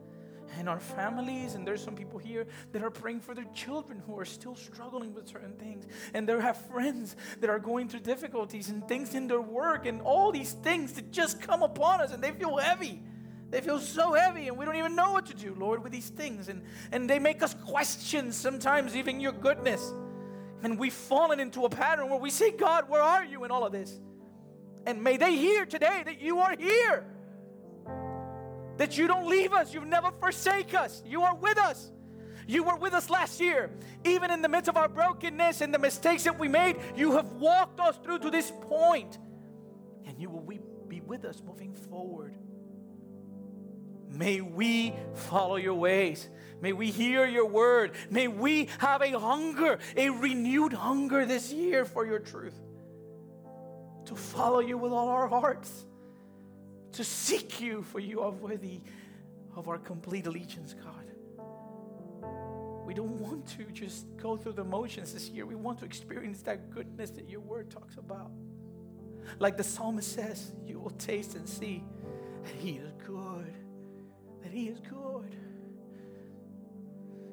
S2: and our families. And there's some people here that are praying for their children who are still struggling with certain things, and they have friends that are going through difficulties and things in their work, and all these things that just come upon us, and they feel heavy. They feel so heavy, and we don't even know what to do, Lord, with these things. And, and they make us question sometimes, even your goodness. And we've fallen into a pattern where we say, God, where are you in all of this? And may they hear today that you are here, that you don't leave us, you never forsake us, you are with us. You were with us last year. Even in the midst of our brokenness and the mistakes that we made, you have walked us through to this point. And you will we- be with us moving forward. May we follow your ways. May we hear your word. May we have a hunger, a renewed hunger this year for your truth. To follow you with all our hearts. To seek you, for you are worthy of our complete allegiance, God. We don't want to just go through the motions this year. We want to experience that goodness that your word talks about. Like the psalmist says, you will taste and see that he is good, that he is good.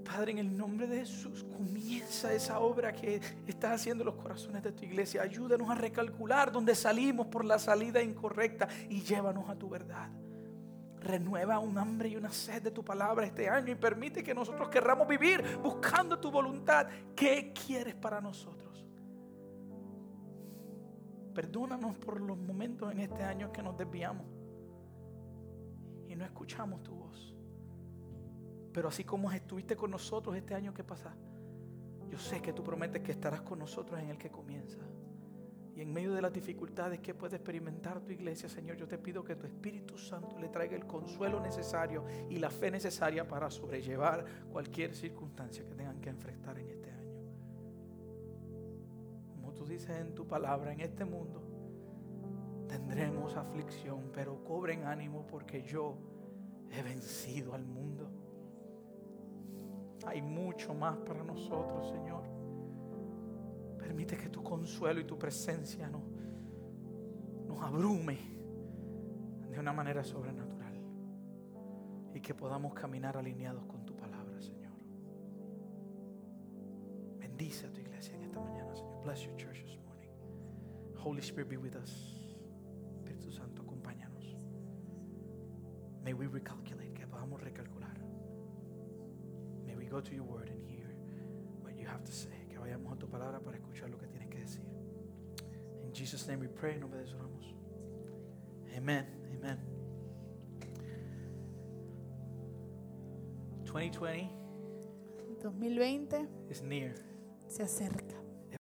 S2: Padre, en el nombre de Jesús, comienza esa obra que estás haciendo en los corazones de tu iglesia. Ayúdanos a recalcular donde salimos por la salida incorrecta y llévanos a tu verdad. Renueva un hambre y una sed de tu palabra este año y permite que nosotros querramos vivir buscando tu voluntad. ¿Qué quieres para nosotros? Perdónanos por los momentos en este año que nos desviamos y no escuchamos tu voz. Pero así como estuviste con nosotros este año que pasa, yo sé que tú prometes que estarás con nosotros en el que comienza. Y en medio de las dificultades que puede experimentar tu iglesia, Señor, yo te pido que tu Espíritu Santo le traiga el consuelo necesario y la fe necesaria para sobrellevar cualquier circunstancia que tengan que enfrentar en este año. Como tú dices en tu palabra, en este mundo tendremos aflicción, pero cobren ánimo porque yo he vencido al mundo. Hay mucho más para nosotros, Señor. Permite que tu consuelo y tu presencia nos, nos abrume de una manera sobrenatural y que podamos caminar alineados con tu palabra, Señor. Bendice a tu iglesia en esta mañana, Señor. Bless your church this morning. Holy Spirit be with us. Espíritu Santo, acompáñanos. May we recalculate, que podamos recalcular. May we go to your word and hear what you have to say. Que vayamos a tu palabra para escuchar lo que tienes que decir. In Jesus' name we pray, en nombre de Jesús oramos. Amen, amen. 2020
S1: 2020
S2: is near.
S1: se acerca.